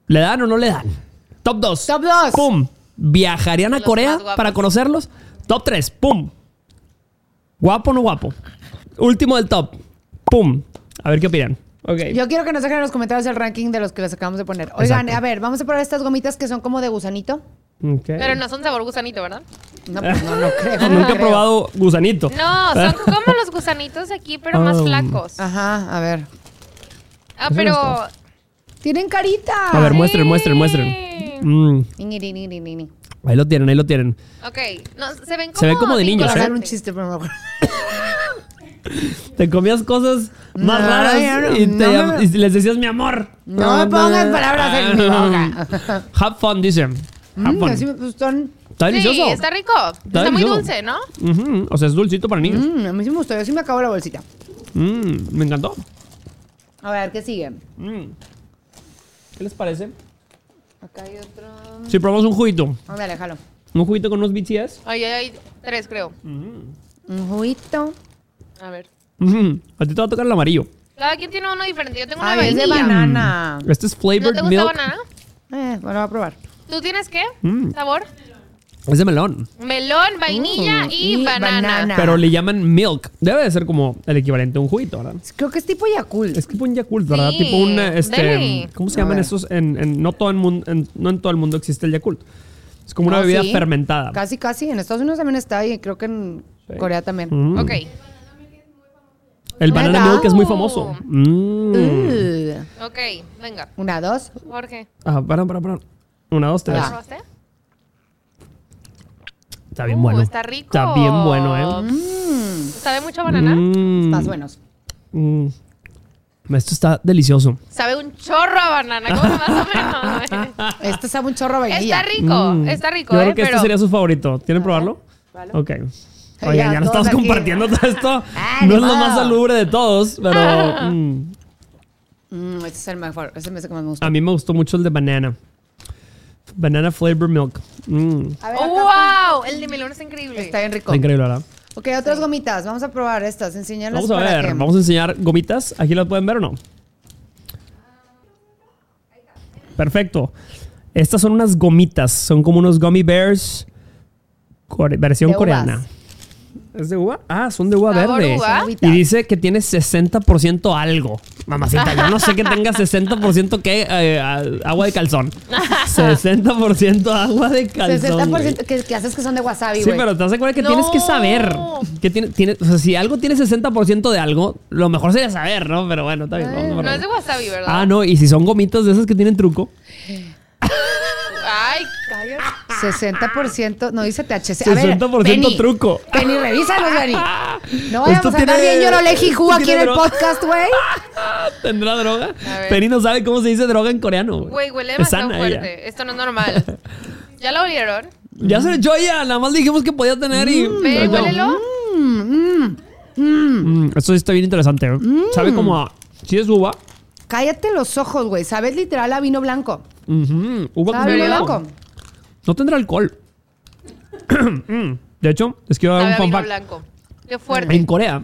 Speaker 3: ¿Le dan o no le dan? Top 2.
Speaker 1: Top dos.
Speaker 3: ¡Pum! ¿Viajarían a
Speaker 2: Los
Speaker 3: Corea
Speaker 2: más guapos.
Speaker 3: para conocerlos? Top 3. ¡Pum! ¿Guapo o no guapo? Último del top. ¡Pum! A ver qué opinan. Ok.
Speaker 1: Yo quiero que nos dejen en los comentarios el ranking de los que les acabamos de poner. Oigan,
Speaker 3: Exacto.
Speaker 1: a ver, vamos a probar estas gomitas que son como de gusanito.
Speaker 3: Ok.
Speaker 2: pero no son sabor gusanito, ¿verdad?
Speaker 1: No, pues no, no creo. no
Speaker 3: Nunca he
Speaker 1: creo.
Speaker 3: probado gusanito.
Speaker 2: No, son como los gusanitos de aquí, pero más
Speaker 3: Ah,
Speaker 2: flacos.
Speaker 1: Ajá, a ver.
Speaker 2: Ah,
Speaker 3: Eso me
Speaker 2: pero.
Speaker 3: gustó.
Speaker 1: Tienen carita.
Speaker 3: A ver, muestren, muestren, muestren.
Speaker 2: Sí.
Speaker 3: Mm.
Speaker 1: Ni, ni, ni, ni, ni, ni.
Speaker 3: Ahí lo tienen, ahí lo tienen.
Speaker 2: Ok. No, se ven como,
Speaker 3: Se ven como de niños, ¿eh?
Speaker 1: Para hacer
Speaker 2: inconstantes.
Speaker 1: un chiste, pero no me acuerdo.
Speaker 3: Te comías cosas más
Speaker 1: No,
Speaker 3: raras
Speaker 1: yo no-
Speaker 3: y, te
Speaker 1: no
Speaker 3: llam-
Speaker 1: me-
Speaker 3: y les decías mi amor. Ah,
Speaker 1: No me pongas palabras en mi boca. Ah,
Speaker 3: Have fun, dice. Have
Speaker 1: Mm,
Speaker 3: fun.
Speaker 1: así me gustan.
Speaker 3: Está delicioso.
Speaker 2: Sí, está rico. Está, muy
Speaker 3: delicioso.
Speaker 2: dulce, ¿no?
Speaker 3: Ujú, O sea, es dulcito para niños.
Speaker 1: Mm, a mí sí me gustó. Yo sí me acabo la bolsita.
Speaker 3: Mm, me encantó.
Speaker 1: A ver, ¿qué sigue?
Speaker 3: Mm. ¿Qué les parece?
Speaker 1: Acá hay otro.
Speaker 3: Si probamos un juguito.
Speaker 1: Ándale, jalo.
Speaker 3: Un juguito con unos BTS.
Speaker 2: Ay, ay, ay. Tres, creo.
Speaker 1: Un juguito.
Speaker 2: A ver.
Speaker 3: Ujú, A ti te va a tocar el amarillo.
Speaker 2: Cada quien tiene uno diferente. Yo tengo una
Speaker 1: Ay, es de
Speaker 2: vainilla.
Speaker 1: banana.
Speaker 3: Este es
Speaker 2: ¿No
Speaker 3: flavored
Speaker 2: te gusta
Speaker 3: milk.
Speaker 2: banana?
Speaker 1: Eh, bueno, voy a probar.
Speaker 2: ¿Tú tienes qué?
Speaker 3: Mm.
Speaker 2: ¿Sabor?
Speaker 3: Es de melón.
Speaker 2: Melón, vainilla
Speaker 1: Mm,
Speaker 2: y,
Speaker 1: y
Speaker 2: banana.
Speaker 1: banana.
Speaker 3: Pero le llaman milk. Debe de ser como el equivalente a un juguito, ¿verdad?
Speaker 1: Creo que es tipo Yakult.
Speaker 3: Es tipo un Yakult, ¿verdad?
Speaker 2: Sí,
Speaker 3: Tipo un, eh, este,
Speaker 2: deli.
Speaker 3: ¿cómo se
Speaker 1: A
Speaker 3: llaman
Speaker 1: ver.
Speaker 3: esos? En, en- no, todo el mundo, en- no en todo el mundo existe el Yakult. Es como una
Speaker 2: Oh,
Speaker 1: No,
Speaker 3: bebida
Speaker 1: sí.
Speaker 3: fermentada.
Speaker 1: Casi, casi. En Estados Unidos también está y creo que en
Speaker 3: Sí.
Speaker 1: Corea también.
Speaker 3: Mm.
Speaker 2: Ok.
Speaker 3: El banana
Speaker 1: ¿Verdad?
Speaker 3: milk es muy famoso. Mm.
Speaker 1: Uh,
Speaker 2: Ok, venga.
Speaker 1: Una, dos.
Speaker 2: Jorge,
Speaker 3: Ah, pará, pará, pará. Una, dos, tres.
Speaker 1: Ah.
Speaker 2: ¿lo probaste?
Speaker 3: Está bien
Speaker 2: Uh,
Speaker 3: bueno.
Speaker 2: Está rico.
Speaker 3: Está bien bueno, ¿eh?
Speaker 1: Mm,
Speaker 2: ¿Sabe mucho a banana?
Speaker 3: Mm.
Speaker 1: Más buenos.
Speaker 3: Mm. Esto está delicioso.
Speaker 2: Sabe un chorro a banana, como más o menos. güey.
Speaker 1: Este sabe un chorro a vainilla.
Speaker 2: Está rico,
Speaker 3: Mm.
Speaker 2: está rico,
Speaker 3: Yo
Speaker 2: ¿eh?
Speaker 3: creo que
Speaker 2: pero
Speaker 3: este sería su favorito. ¿Quieren probarlo? Ok. Oye, ya,
Speaker 1: Ya,
Speaker 3: no
Speaker 1: todos
Speaker 3: estamos
Speaker 1: aquí.
Speaker 3: compartiendo todo esto.
Speaker 1: Ah,
Speaker 3: no
Speaker 1: ni
Speaker 3: es lo
Speaker 1: modo.
Speaker 3: más salubre de todos, pero
Speaker 2: Ah.
Speaker 3: mm,
Speaker 1: Mm, este es el mejor. Este me hace que más me gusta.
Speaker 3: a mí me gustó mucho el de banana. Banana flavor milk. Mm,
Speaker 1: A ver, acá
Speaker 2: ¡Wow! El de melón es increíble.
Speaker 1: está bien rico.
Speaker 3: Está increíble, ¿verdad?
Speaker 1: Ok, otras gomitas. Vamos a probar estas. Enseñarlas
Speaker 3: Vamos a
Speaker 1: para
Speaker 3: ver,
Speaker 1: que...
Speaker 3: vamos a enseñar gomitas. ¿Aquí las pueden ver o no? Perfecto. Estas son unas gomitas. Son como unos gummy bears. core- versión
Speaker 1: De uvas.
Speaker 3: coreana. ¿Es de uva? Ah, son de uva
Speaker 2: ¿Sabor
Speaker 3: verde.
Speaker 2: uva?
Speaker 3: Y dice que tiene 60% algo. Mamacita, yo no sé que tenga 60% que eh, a- agua de calzón. 60% agua de calzón. güey.
Speaker 1: 60% que, que haces que son de wasabi,
Speaker 3: Sí,
Speaker 1: güey.
Speaker 3: pero te das cuenta que
Speaker 2: No.
Speaker 3: tienes que saber. Que tiene, tiene- o sea, si algo tiene 60% de algo, lo mejor sería saber, ¿no? Pero bueno, está bien. vamos a
Speaker 2: Eh, no
Speaker 3: probar.
Speaker 2: es de wasabi, ¿verdad?
Speaker 3: ah, no, y si son gomitas de esas que tienen truco.
Speaker 2: Ay, cállate.
Speaker 1: 60%, no dice THC. A ver,
Speaker 3: 60%
Speaker 1: Penny,
Speaker 3: truco.
Speaker 1: Penny, revísalos, Penny. No
Speaker 3: Esto
Speaker 1: vayamos a andar
Speaker 3: tiene-
Speaker 1: bien yo lo lejijú aquí en
Speaker 3: tiene
Speaker 1: el
Speaker 3: droga.
Speaker 1: podcast, güey.
Speaker 3: Ah, ¿Tendrá droga?
Speaker 2: A ver.
Speaker 3: Penny no sabe cómo se dice droga en coreano.
Speaker 2: Güey, huele
Speaker 3: Es
Speaker 2: demasiado
Speaker 3: sana ella.
Speaker 2: fuerte. Esto no es normal. ¿Ya lo olieron?
Speaker 3: Ya se lo echó ella, nada más le dijimos que podía tener y.
Speaker 2: Mm, Ve,
Speaker 3: Yo-
Speaker 2: huélelo.
Speaker 3: Mm, esto sí está bien interesante. ¿eh?
Speaker 2: Mm.
Speaker 3: Sabe como a. Si es uva.
Speaker 1: Cállate los ojos, güey. Sabes literal a vino blanco.
Speaker 3: Ujú, uva con
Speaker 1: ¿Sabe a vino
Speaker 3: melón.
Speaker 1: blanco?
Speaker 3: No tendrá alcohol. Mm, de hecho, les quiero dar
Speaker 2: Sabe
Speaker 3: un
Speaker 2: a
Speaker 3: fun
Speaker 2: vino
Speaker 3: fact.
Speaker 2: blanco. Qué fuerte.
Speaker 3: En Corea,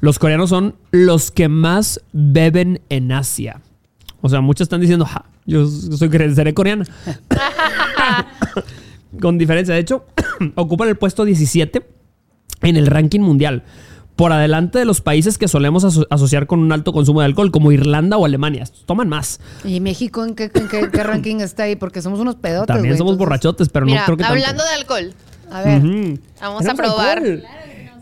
Speaker 3: los coreanos son los que más beben en Asia. O sea, muchos están diciendo, "Ja, yo soy seré coreana. Con diferencia, de hecho, ocupan el puesto 17 en el ranking mundial, por adelante de los países que solemos aso- asociar con un alto consumo de alcohol, como Irlanda o Alemania. Estos Toman más.
Speaker 1: ¿Y México en qué, en qué- en qué ranking está ahí? Porque somos unos pedotes,
Speaker 3: También
Speaker 1: güey,
Speaker 3: somos
Speaker 1: entonces-
Speaker 3: borrachotes, pero
Speaker 2: Mira,
Speaker 3: no creo que tanto. Mm.
Speaker 2: hablando de alcohol.
Speaker 1: A ver,
Speaker 3: Ujú.
Speaker 2: Vamos a
Speaker 3: Tenemos
Speaker 2: probar.
Speaker 3: alcohol.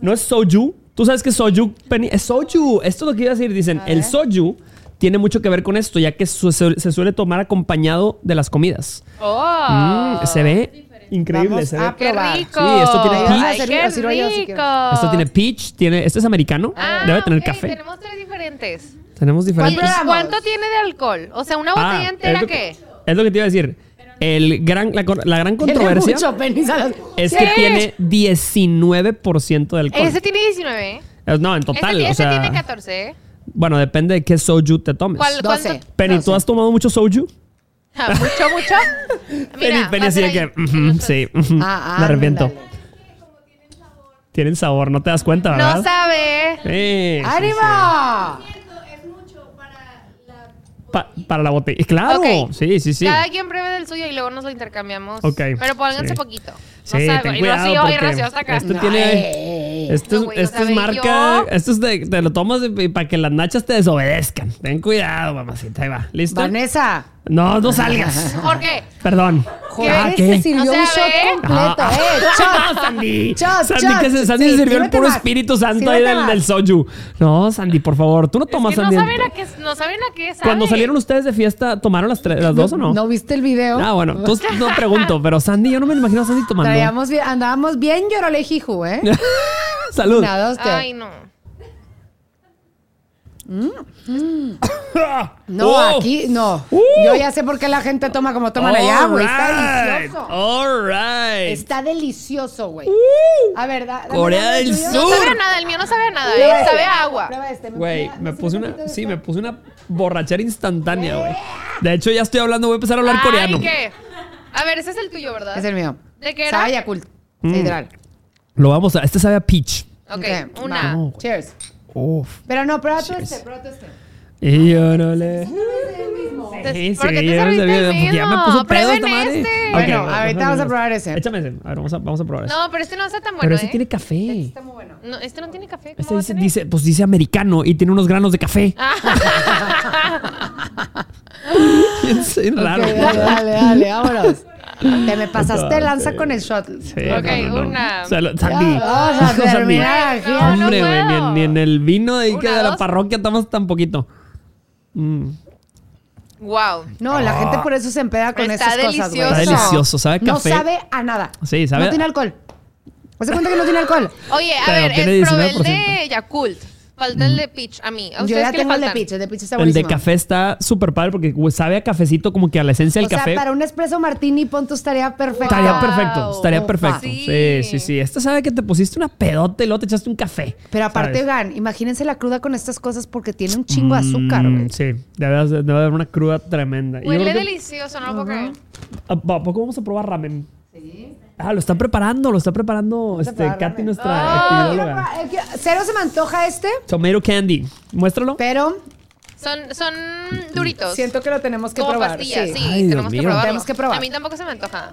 Speaker 3: No es soju. Tú sabes que soju, Penny, es soju. Esto es lo que iba a decir. Dicen, el soju tiene mucho que ver con esto, ya que su- se, se suele tomar acompañado de las comidas.
Speaker 2: ¡Oh!
Speaker 3: Mm, se ve increíble.
Speaker 1: Vamos
Speaker 3: se ve.
Speaker 1: a-
Speaker 2: ¡Qué
Speaker 1: probar.
Speaker 2: rico!
Speaker 3: Sí, esto tiene peach.
Speaker 2: ¡Ay,
Speaker 1: Así-
Speaker 2: qué
Speaker 1: así lo hago yo, si
Speaker 2: rico!
Speaker 3: Esto tiene peach, tiene, este es americano,
Speaker 2: Ah,
Speaker 3: debe tener
Speaker 2: ok,
Speaker 3: café. Tenemos,
Speaker 2: Tenemos tres diferentes.
Speaker 1: ¿Cuál
Speaker 2: ¿Y
Speaker 3: diferentes.
Speaker 1: programa?
Speaker 2: cuánto tiene de alcohol? O sea, una botella
Speaker 3: Ah,
Speaker 2: entera,
Speaker 3: es lo
Speaker 2: ¿qué?
Speaker 3: Es lo que te iba a decir. El gran, la, cor- la gran
Speaker 1: tiene
Speaker 3: controversia
Speaker 1: mucho Penny Salas.
Speaker 3: es que tiene 19% de alcohol.
Speaker 2: Ese tiene 19.
Speaker 3: Eh, no, en total.
Speaker 2: Ese,
Speaker 3: o sea,
Speaker 2: tiene 14. ¿eh?
Speaker 3: Bueno, depende de qué soju te tomes.
Speaker 2: ¿Cuál, cuánto?
Speaker 1: 12.
Speaker 3: Penny, ¿tú has tomado mucho soju?
Speaker 2: Ah, ¿Mucho, mucho?
Speaker 3: Penny, Penny
Speaker 2: va a
Speaker 3: así
Speaker 2: ser
Speaker 3: de que,
Speaker 2: ahí.
Speaker 3: "Ujú, sí, ujú,
Speaker 1: Ah,
Speaker 3: me arrepiento.
Speaker 1: ándale.
Speaker 3: Tienen sabor, no te das cuenta, ¿verdad?
Speaker 2: No sabe. ¿eh?
Speaker 3: Sí, sí,
Speaker 1: ¡Ánimo!
Speaker 3: sí. Pa- para la botella. Eh, Claro,
Speaker 2: Ok.
Speaker 3: sí, sí, sí.
Speaker 2: Cada quien pruebe del suyo y luego nos lo intercambiamos.
Speaker 3: Ok,
Speaker 2: Pero pónganse
Speaker 3: sí.
Speaker 2: poquito. No
Speaker 3: Sí,
Speaker 2: sabe.
Speaker 3: ten
Speaker 2: y
Speaker 3: cuidado
Speaker 2: Rocío, y
Speaker 3: porque
Speaker 2: Rocío está acá.
Speaker 3: este
Speaker 2: No. eh,
Speaker 3: tiene... Esto, es-
Speaker 2: No, güey,
Speaker 3: esto es
Speaker 2: sabe
Speaker 3: marca,
Speaker 2: yo.
Speaker 3: esto es de, te lo tomas para que las nachas te desobedezcan. Ten cuidado, mamacita, ahí va. ¿Listo?
Speaker 1: Vanessa.
Speaker 3: No, no salgas.
Speaker 2: Jorge,
Speaker 3: Perdón. Ah,
Speaker 1: Jorge
Speaker 3: ¿qué?
Speaker 1: se sirvió
Speaker 2: O sea,
Speaker 1: un shot
Speaker 2: ve.
Speaker 1: completo.
Speaker 3: Ajá.
Speaker 1: ¡Eh, shot!
Speaker 3: Ah, Sandy.
Speaker 1: Chas,
Speaker 3: Sandy,
Speaker 1: chas.
Speaker 3: que se, Sandy
Speaker 1: Sí,
Speaker 3: se sirvió el
Speaker 1: sírvete
Speaker 3: puro
Speaker 1: más.
Speaker 3: Espíritu Santo ahí
Speaker 1: Sírvete
Speaker 3: del,
Speaker 1: más.
Speaker 3: del soju. No, Sandy, por favor, tú no tomas
Speaker 2: Es que no
Speaker 3: Sandy.
Speaker 2: saben a qué, no saben a qué sabe.
Speaker 3: Cuando salieron ustedes de fiesta, ¿tomaron las, tres- las dos o no?
Speaker 1: ¿No viste el video?
Speaker 3: Ah, bueno, entonces no pregunto, pero Sandy, yo no me imagino a Sandy tomando.
Speaker 1: Traíamos bien- andábamos bien llorolejiju, ¿eh?
Speaker 3: Salud.
Speaker 1: Nada, usted.
Speaker 2: Ay, no.
Speaker 1: No,
Speaker 3: Oh.
Speaker 1: aquí no.
Speaker 3: Uh.
Speaker 1: Yo ya sé por qué la gente toma como toman allá, güey. Está delicioso. Este-
Speaker 3: All right. Uh.
Speaker 1: Está delicioso, güey. A ver, da- dame
Speaker 3: Corea
Speaker 1: una
Speaker 3: del
Speaker 1: tuya.
Speaker 3: Sur.
Speaker 2: No sabe a nada, el mío no sabe a nada,
Speaker 1: Prueba
Speaker 2: ¿eh?
Speaker 1: este.
Speaker 2: Sabe a agua.
Speaker 1: Prueba este.
Speaker 3: Güey, me puse
Speaker 1: un poquito
Speaker 3: una.
Speaker 1: de-
Speaker 3: Sí, me puse una borrachera instantánea, güey. De hecho, ya estoy hablando, voy a empezar a hablar
Speaker 2: Ay,
Speaker 3: coreano.
Speaker 2: ¿qué? A ver, ese es el tuyo, ¿verdad?
Speaker 1: Es el mío.
Speaker 2: ¿De qué era?
Speaker 1: Sabe a cult.
Speaker 3: Mm.
Speaker 1: Literal.
Speaker 3: Lo vamos a. Este sabe a peach.
Speaker 2: Ok,
Speaker 1: Ok,
Speaker 2: una.
Speaker 3: va.
Speaker 1: Cheers.
Speaker 3: Uf.
Speaker 1: Pero no, prueba tú
Speaker 3: Cheers.
Speaker 1: este, prueba tú este.
Speaker 3: Y yo no le.
Speaker 2: Des- ¿por qué te serviste el
Speaker 3: Porque ya me
Speaker 2: mismo?
Speaker 3: puso pedo
Speaker 2: Prueben
Speaker 3: esta madre.
Speaker 2: este.
Speaker 3: Ok,
Speaker 1: Bueno,
Speaker 3: vamos a
Speaker 1: ahorita vamos a probar ese.
Speaker 3: Échame ese. A ver, vamos a, vamos a probar ese.
Speaker 2: No, pero este no está tan bueno,
Speaker 3: Pero ese
Speaker 2: ¿eh?
Speaker 3: tiene café.
Speaker 1: Está muy bueno.
Speaker 2: No, este no tiene café. ¿cómo
Speaker 3: Este
Speaker 2: va a
Speaker 3: dice,
Speaker 2: tener? Ah,
Speaker 3: dice, pues dice americano y tiene unos granos de café.
Speaker 1: Ah.
Speaker 3: es raro.
Speaker 1: Ok, dale, dale, dale, vámonos. Te me pasaste lanza con el shot.
Speaker 3: Sí,
Speaker 2: Ok,
Speaker 3: no, no, no.
Speaker 2: una.
Speaker 3: Salud, Sandy.
Speaker 1: Ya, vamos a
Speaker 3: Sandy.
Speaker 1: terminar aquí.
Speaker 2: No, no
Speaker 3: Hombre, güey, ni,
Speaker 2: puedo.
Speaker 3: en- ni en el vino de, ahí que
Speaker 2: Una,
Speaker 3: de la
Speaker 2: dos.
Speaker 3: parroquia tomas tan poquito. Mm,
Speaker 2: Wow.
Speaker 1: No, la gente por eso se empeda con
Speaker 2: Está
Speaker 1: esas cosas, güey.
Speaker 2: delicioso.
Speaker 3: Ah. está delicioso, sabe a
Speaker 1: No
Speaker 3: café.
Speaker 1: sabe a nada.
Speaker 3: Sí, sabe
Speaker 1: No
Speaker 3: a-
Speaker 1: tiene alcohol. ¿Hace cuenta que no tiene alcohol?
Speaker 2: Oye, a
Speaker 3: Pero
Speaker 2: ver,
Speaker 3: tiene
Speaker 2: es probé el
Speaker 3: 19%.
Speaker 2: de Yakult. Falta el de Peach a mí. ¿A
Speaker 1: Yo
Speaker 2: ustedes
Speaker 1: ya
Speaker 2: qué le
Speaker 1: tengo el de
Speaker 2: faltan?
Speaker 1: pizza, el de pizza está
Speaker 3: el
Speaker 1: buenísimo.
Speaker 3: de café está súper padre porque güey, sabe a cafecito como que a la esencia del
Speaker 1: o sea,
Speaker 3: café.
Speaker 1: para un espresso martini, pon tu estaría perfecto.
Speaker 3: Estaría
Speaker 2: Wow.
Speaker 3: perfecto, estaría perfecto.
Speaker 2: Sí.
Speaker 3: Sí, sí, sí. Esta sabe que te pusiste una pedota y luego te echaste un café.
Speaker 1: Pero aparte,
Speaker 3: ¿sabes?
Speaker 1: oigan, imagínense la cruda con estas cosas porque tiene un chingo de azúcar,
Speaker 3: Mm,
Speaker 1: güey.
Speaker 3: sí, debe, haber- debe haber una cruda tremenda. Y yo
Speaker 2: Huele
Speaker 3: creo que-
Speaker 2: delicioso, no lo puedo creer.
Speaker 3: ¿A a poco vamos a probar ramen? Sí. Ah, lo están preparando, lo está preparando este,
Speaker 1: preparar
Speaker 3: Katy,
Speaker 1: ramen.
Speaker 3: nuestra
Speaker 1: Ah, quiero
Speaker 3: epidemióloga.
Speaker 1: probar- eh, quiero- Cero se me antoja este,
Speaker 3: Tomato candy. Muéstralo.
Speaker 1: pero
Speaker 2: Son, son duritos.
Speaker 1: siento que lo tenemos que
Speaker 2: como
Speaker 1: probar.
Speaker 2: pastillas, sí,
Speaker 3: Ay, Dios
Speaker 2: tenemos que
Speaker 3: mío.
Speaker 2: probarlo.
Speaker 1: Tenemos que probar.
Speaker 2: A mí tampoco se me antoja.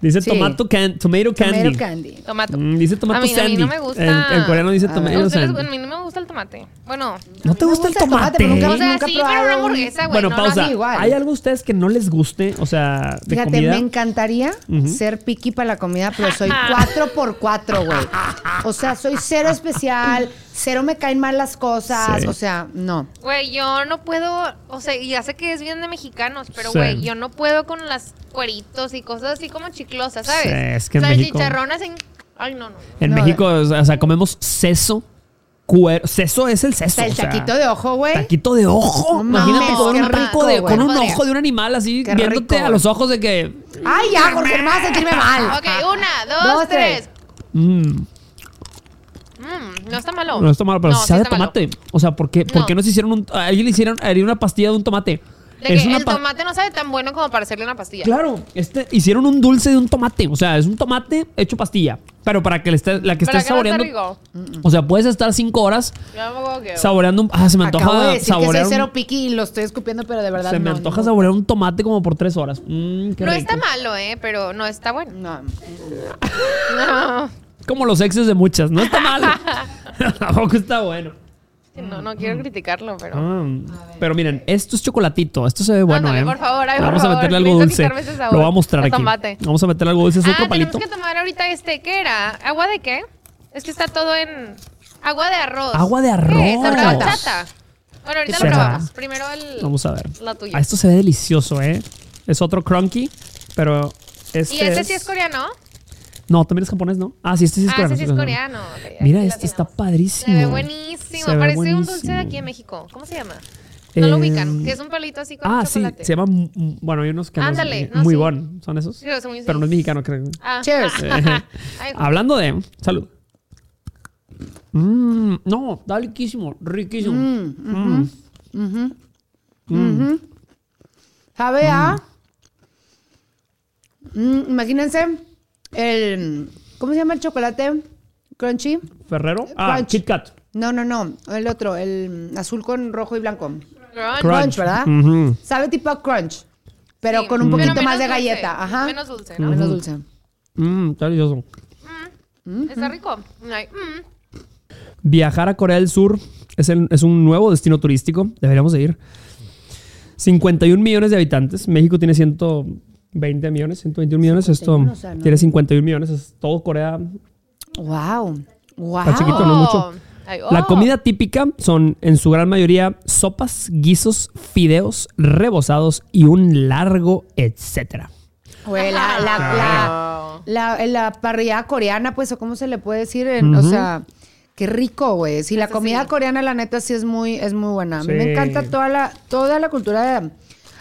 Speaker 3: Dice
Speaker 1: sí.
Speaker 3: tomato, can- tomato
Speaker 1: Tomato
Speaker 3: candy.
Speaker 1: candy.
Speaker 2: Tomato.
Speaker 3: Mm, dice tomato
Speaker 2: a mí,
Speaker 3: sandy.
Speaker 2: A mí no me gusta.
Speaker 3: En, en coreano dice
Speaker 1: A
Speaker 2: A
Speaker 3: tomato
Speaker 2: ustedes-
Speaker 3: sandy.
Speaker 2: a mí no me gusta el tomate. Bueno,
Speaker 3: ¿No te
Speaker 1: me
Speaker 3: gusta el tomate?
Speaker 1: pero nunca,
Speaker 2: o sea,
Speaker 1: nunca he
Speaker 2: sí, pero
Speaker 1: probado
Speaker 2: una
Speaker 1: un-
Speaker 2: hamburguesa, güey.
Speaker 3: bueno,
Speaker 2: no, no,
Speaker 3: pausa.
Speaker 1: sí, igual.
Speaker 3: ¿Hay algo a ustedes que no les guste? O sea, de
Speaker 1: Fíjate,
Speaker 3: comida.
Speaker 1: me encantaría ser piqui para la comida, pero soy 4 por 4 güey. O sea, soy cero especial, cero me caen mal las cosas,
Speaker 3: Sí.
Speaker 1: o sea, no.
Speaker 2: Güey, yo no puedo, o sea, y ya sé que es bien de mexicanos, pero
Speaker 3: Sí.
Speaker 2: güey, yo no puedo con las cueritos y cosas así como chiclosas, ¿sabes?
Speaker 3: Sí, es que en
Speaker 2: o sea, el
Speaker 3: México-
Speaker 2: chicharrón hacen... Ay, no, no.
Speaker 3: En
Speaker 1: No,
Speaker 3: México, o sea, comemos seso, cuero. Seso es el
Speaker 1: O
Speaker 3: seso.
Speaker 1: sea, el taquito de ojo, güey.
Speaker 3: Taquito de ojo.
Speaker 1: No
Speaker 3: Imagínate
Speaker 1: mames,
Speaker 3: comer
Speaker 1: qué
Speaker 3: un taco
Speaker 1: rico,
Speaker 3: de,
Speaker 1: güey.
Speaker 3: con un
Speaker 1: Podría.
Speaker 3: ojo de un animal así,
Speaker 1: Qué
Speaker 3: viéndote
Speaker 1: rico,
Speaker 3: a los ojos de que.
Speaker 1: Ay, ya, Jorge, me vas a sentirme mal.
Speaker 2: Ok, una, dos,
Speaker 1: Dos, tres.
Speaker 2: tres.
Speaker 3: mm,
Speaker 2: Mm, no está malo.
Speaker 3: no está malo, pero si
Speaker 2: sí
Speaker 3: sabe a
Speaker 2: está malo.
Speaker 3: tomate. O sea, ¿por qué, ¿por
Speaker 2: No.
Speaker 3: qué no se hicieron un. A alguien le hicieron haría una pastilla de un tomate?
Speaker 2: De que
Speaker 3: una
Speaker 2: el
Speaker 3: pa-
Speaker 2: tomate no sabe tan bueno como para hacerle una pastilla.
Speaker 3: Claro, este, hicieron un dulce de un tomate. O sea, es un tomate hecho pastilla. Pero para que le esté, la que
Speaker 2: Pero
Speaker 3: estés
Speaker 2: acá no está
Speaker 3: saboreando.
Speaker 2: rico.
Speaker 3: o sea, puedes estar cinco horas
Speaker 2: Yo no puedo que-
Speaker 3: saboreando un. Ah, se me antoja
Speaker 1: Acabo de decir que
Speaker 3: saborear.
Speaker 1: soy
Speaker 3: un-
Speaker 1: cero piqui y lo estoy escupiendo, pero de verdad
Speaker 3: se me
Speaker 1: no,
Speaker 3: antoja
Speaker 1: no.
Speaker 3: saborear un tomate como por tres horas. Mm, qué
Speaker 2: No
Speaker 3: rico.
Speaker 2: está malo, ¿eh? Pero no está bueno.
Speaker 1: No.
Speaker 2: No,
Speaker 3: Como los exes de muchas. No está mal. Tampoco está bueno.
Speaker 2: no, no quiero criticarlo, pero...
Speaker 3: Ah, pero miren, esto es chocolatito. Esto se ve bueno,
Speaker 2: Ándale,
Speaker 3: eh.
Speaker 2: por favor, ay, por
Speaker 3: Vamos a
Speaker 2: favor,
Speaker 3: meterle algo
Speaker 2: necesito
Speaker 3: dulce.
Speaker 2: quitarme ese sabor.
Speaker 3: Lo voy a mostrar
Speaker 2: El
Speaker 3: aquí.
Speaker 2: tomate.
Speaker 3: Vamos a meterle algo dulce. Es
Speaker 2: Ah,
Speaker 3: otro
Speaker 2: tenemos
Speaker 3: palito.
Speaker 2: que tomar ahorita este, ¿qué era? ¿Agua de qué? Es que está todo en... Agua de arroz.
Speaker 3: Agua de arroz.
Speaker 2: ¿Qué? ¿Sabrá horchata? Bueno, ahorita lo
Speaker 3: ¿Será?
Speaker 2: probamos. Primero el...
Speaker 3: Vamos a ver.
Speaker 2: La tuya.
Speaker 3: Ah, esto se ve delicioso, ¿eh? Es otro crunky, pero este
Speaker 2: ¿Y este sí es coreano?
Speaker 3: No, también es japonés, ¿no? Ah, sí, este sí es
Speaker 2: ah,
Speaker 3: coreano.
Speaker 2: ese sí es coreano. Ok, aquí
Speaker 3: Mira,
Speaker 2: lo
Speaker 3: este está
Speaker 2: tenemos. Se
Speaker 3: padrísimo.
Speaker 2: ve buenísimo.
Speaker 3: Se ve
Speaker 2: Parece un dulce
Speaker 3: buenísimo.
Speaker 2: de aquí en México. ¿Cómo se llama? No lo
Speaker 3: Eh,
Speaker 2: ubican. Que es un palito así con
Speaker 3: Ah,
Speaker 2: chocolate.
Speaker 3: sí, se llama... mm, mm, Bueno, hay unos que no-
Speaker 2: Ándale, no,
Speaker 3: Muy
Speaker 2: sí.
Speaker 3: bon, ¿son esos?
Speaker 2: Sí, son muy-
Speaker 3: Pero no es mexicano, creo.
Speaker 2: Ah.
Speaker 1: Cheers.
Speaker 2: Ay, güey.
Speaker 3: Hablando de... Salud. Mmm, no, está riquísimo, riquísimo. Mm.
Speaker 1: ¿Sabe a? Mm, imagínense el... ¿Cómo se llama el chocolate? ¿Crunchy?
Speaker 3: Ferrero. Ah,
Speaker 1: Crunch.
Speaker 3: Kit Kat.
Speaker 1: No, no, no. El otro, el azul con rojo y blanco.
Speaker 2: Crunch.
Speaker 3: Crunch.
Speaker 1: Crunch, ¿verdad?
Speaker 3: Ujú.
Speaker 1: Sabe tipo a crunch, pero
Speaker 2: Sí,
Speaker 1: con un
Speaker 3: Mm.
Speaker 2: pero
Speaker 1: poquito
Speaker 2: menos
Speaker 1: más de
Speaker 2: dulce,
Speaker 1: galleta. Ajá.
Speaker 2: Menos dulce, ¿no?
Speaker 1: Menos dulce.
Speaker 3: Mmm, está delicioso.
Speaker 2: Está rico. Ay, mm.
Speaker 3: Viajar a Corea del Sur es, el- es un nuevo destino turístico. Deberíamos de ir. 51 millones de habitantes. México tiene 100, 20 millones, 121 millones, esto
Speaker 1: 51, o sea, no.
Speaker 3: tiene 51 millones, es todo Corea.
Speaker 1: Wow. Wow.
Speaker 3: Está chiquito, no mucho.
Speaker 2: Ay,
Speaker 3: La
Speaker 2: oh.
Speaker 3: comida típica son en su gran mayoría sopas, guisos, fideos, rebozados y un largo etcétera.
Speaker 1: Güey, la,
Speaker 2: Ah,
Speaker 1: la, la, la, la parrillada coreana, pues, o cómo se le puede decir, en- o sea, qué rico, güey. Sí, la comida coreana, la neta, sí es muy, es muy buena. A mí
Speaker 3: Sí.
Speaker 1: me encanta toda la, toda la cultura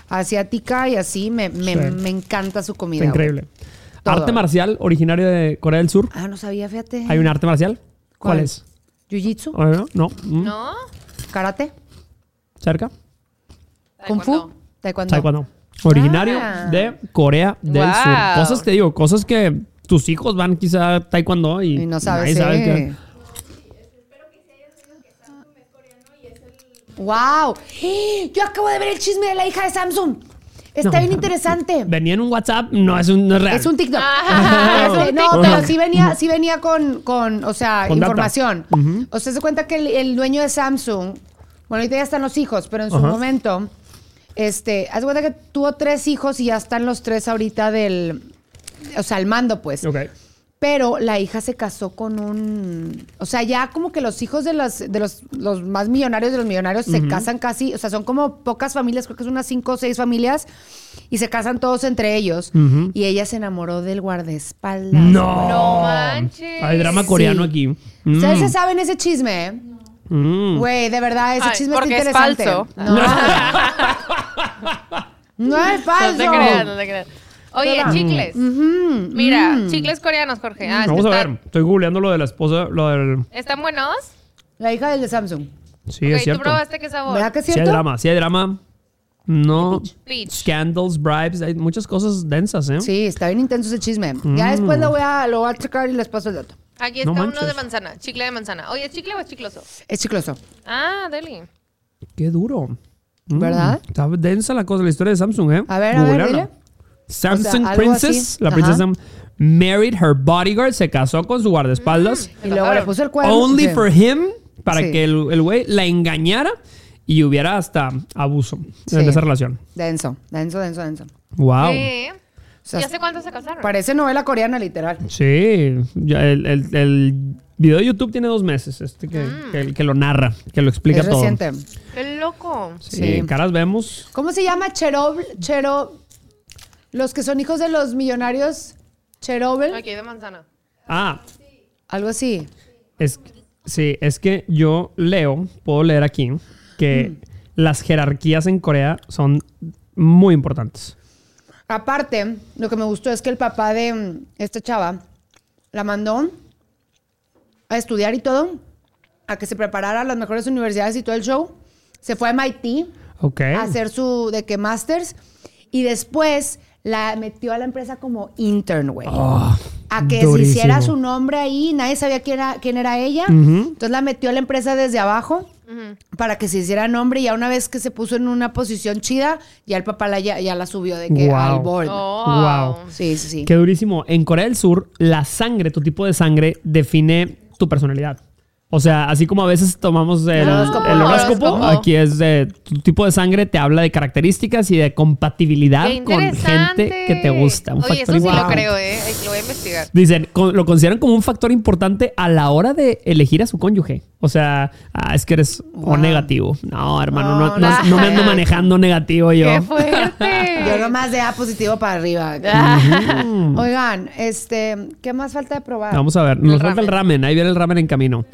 Speaker 1: asiática y así, me, me,
Speaker 3: Sí.
Speaker 1: me encanta su comida.
Speaker 3: Está
Speaker 1: güey.
Speaker 3: increíble.
Speaker 1: Todo.
Speaker 3: Arte marcial originario de Corea del Sur.
Speaker 1: Ah, no sabía, fíjate.
Speaker 3: ¿Hay un arte marcial? ¿Cuál, es?
Speaker 1: ¿Jiu-jitsu?
Speaker 3: Ah, No, no. Mm,
Speaker 2: ¿No?
Speaker 1: ¿Karate?
Speaker 3: cerca.
Speaker 1: ¿Kung Fu?
Speaker 2: Taekwondo.
Speaker 1: ¿Taekwondo?
Speaker 3: Taekwondo. Originario
Speaker 1: Ah.
Speaker 3: de Corea del
Speaker 2: Wow.
Speaker 3: Sur. Cosas te digo, cosas que tus hijos van quizá a taekwondo y,
Speaker 1: Y no sabes,
Speaker 3: nadie sabe
Speaker 1: eh.
Speaker 3: que-
Speaker 1: ¡Wow! ¡Eh! Yo acabo de ver el chisme de la hija de Samsung. Está
Speaker 3: No.
Speaker 1: bien interesante.
Speaker 3: Venía en un WhatsApp, no es un no es real.
Speaker 1: Es un TikTok.
Speaker 2: Ah,
Speaker 1: Este,
Speaker 2: es un
Speaker 1: no,
Speaker 2: TikTok.
Speaker 1: pero sí venía, sí venía con, con, o sea,
Speaker 3: Con data.
Speaker 1: información. O sea, se cuenta que el, el dueño de Samsung, bueno, ahorita ya están los hijos, pero en su
Speaker 3: Ajá.
Speaker 1: momento, este, haz de cuenta que tuvo tres hijos y ya están los tres ahorita del, o sea, al mando, pues.
Speaker 3: Ok.
Speaker 1: Pero la hija se casó con un. O sea, ya como que los hijos de los, de los, los más millonarios de los millonarios se casan casi. O sea, son como pocas familias, creo que son unas cinco o seis familias. Y se casan todos entre ellos.
Speaker 3: Ujú.
Speaker 1: Y ella se enamoró del guardaespaldas.
Speaker 3: No.
Speaker 2: No manches.
Speaker 3: Hay drama
Speaker 1: Sí.
Speaker 3: coreano aquí. Mm,
Speaker 1: ¿Ustedes se saben ese chisme?
Speaker 3: mm.
Speaker 1: Güey, de verdad, ese
Speaker 2: Ay,
Speaker 1: chisme
Speaker 2: porque
Speaker 1: está
Speaker 2: es
Speaker 1: interesante.
Speaker 2: falso.
Speaker 1: No. no es falso.
Speaker 2: No te creas, no te creas. Oye,
Speaker 1: Toda.
Speaker 2: chicles. Mira, chicles coreanos, Jorge. Ah, es que
Speaker 3: Vamos a
Speaker 2: están-
Speaker 3: ver. Estoy googleando lo de la esposa, lo del.
Speaker 2: ¿Están buenos?
Speaker 1: La hija del de Samsung.
Speaker 3: Sí,
Speaker 2: Ok,
Speaker 3: es cierto.
Speaker 2: ¿Tú probaste qué sabor?
Speaker 1: ¿Verdad que es
Speaker 3: Sí hay
Speaker 1: cierto?
Speaker 3: drama, sí hay drama. No.
Speaker 2: Peach.
Speaker 3: Scandals, bribes, hay muchas cosas densas, ¿eh?
Speaker 1: Sí, está bien intenso ese chisme. Ya después
Speaker 3: Mm.
Speaker 1: lo voy, a, lo voy a checar y les paso el dato.
Speaker 2: Aquí
Speaker 3: No
Speaker 2: está
Speaker 3: manches.
Speaker 2: uno de manzana, chicle de manzana. Oye, ¿chicle o es chicloso?
Speaker 1: Es chicloso.
Speaker 2: Ah, Deli.
Speaker 3: Qué duro. Mm,
Speaker 1: ¿Verdad?
Speaker 3: Está densa la cosa, la historia de Samsung, ¿eh?
Speaker 1: ¿Ah? A ver, a ver,
Speaker 3: Googlearla.
Speaker 1: dile.
Speaker 3: Samsung
Speaker 1: O sea, algo
Speaker 3: Princess,
Speaker 1: así.
Speaker 3: la
Speaker 1: Ajá.
Speaker 3: princesa married her bodyguard, se casó con su guardaespaldas.
Speaker 1: Y luego le puso el cuerno.
Speaker 3: Only
Speaker 1: Mm, Sí.
Speaker 3: for him, para
Speaker 1: Sí.
Speaker 3: que el el güey la engañara y hubiera hasta abuso en
Speaker 1: Sí.
Speaker 3: esa relación.
Speaker 1: Denso, denso, denso, denso.
Speaker 3: Wow.
Speaker 2: ¿Qué?
Speaker 1: sea,
Speaker 2: ¿Y hace cuánto se casaron?
Speaker 1: Parece novela coreana, literal.
Speaker 3: Sí, ya el, el- el video de YouTube tiene dos meses, este que,
Speaker 1: Mm.
Speaker 3: que- que lo narra, que lo explica
Speaker 1: es
Speaker 3: todo.
Speaker 1: reciente.
Speaker 2: ¡Qué loco!
Speaker 3: Sí,
Speaker 1: Sí.
Speaker 3: caras vemos.
Speaker 1: ¿Cómo se llama Cherobl? Chero... Los que son hijos de los millonarios. Cherobl.
Speaker 2: Aquí hay de manzana.
Speaker 3: Ah,
Speaker 1: Algo así.
Speaker 3: es, sí, es que yo leo, puedo leer aquí,
Speaker 1: Mm.
Speaker 3: que las jerarquías en Corea son muy importantes.
Speaker 1: Aparte, lo que me gustó es que el papá de mm, esta chava la mandó a estudiar y todo, a que se preparara a las mejores universidades y todo el show. Se fue a MIT.
Speaker 3: Ok.
Speaker 1: hacer su de que masters y después la metió a la empresa como intern, güey.
Speaker 3: Oh,
Speaker 1: a que se
Speaker 3: durísimo.
Speaker 1: hiciera su nombre ahí, nadie sabía quién era, quién era ella. Entonces la metió a la empresa desde abajo para que se hiciera nombre y ya una vez que se puso en una posición chida, ya el papá la, ya, ya la subió de que
Speaker 3: Wow.
Speaker 1: al board.
Speaker 2: Oh.
Speaker 3: Wow.
Speaker 1: Sí, sí, sí.
Speaker 3: Qué durísimo. En Corea del Sur, la sangre, tu tipo de sangre, define tu personalidad. O sea, así como a veces tomamos el,
Speaker 1: El horóscopo.
Speaker 3: el horóscopo,
Speaker 2: Horóscopo.
Speaker 3: aquí es de tu tipo de sangre, te habla de características y de compatibilidad
Speaker 2: ¡Qué
Speaker 3: con
Speaker 2: interesante!
Speaker 3: gente que te gusta. Un
Speaker 2: Oye, eso
Speaker 3: factor
Speaker 2: sí lo
Speaker 3: importante.
Speaker 2: creo, ¿eh? Ay, Lo voy a investigar.
Speaker 3: Dicen, con- lo consideran como un factor importante a la hora de elegir a su cónyuge. O sea, ah, es que eres o negativo. No, hermano,
Speaker 1: No,
Speaker 3: no, no-
Speaker 2: no.
Speaker 3: no me ando manejando negativo yo.
Speaker 2: ¡Qué fuerte!
Speaker 1: Yo nomás de A positivo para arriba. Oigan, este, ¿qué más falta de probar?
Speaker 3: Vamos a ver,
Speaker 2: El
Speaker 3: nos falta el ramen. Ahí viene el ramen en camino.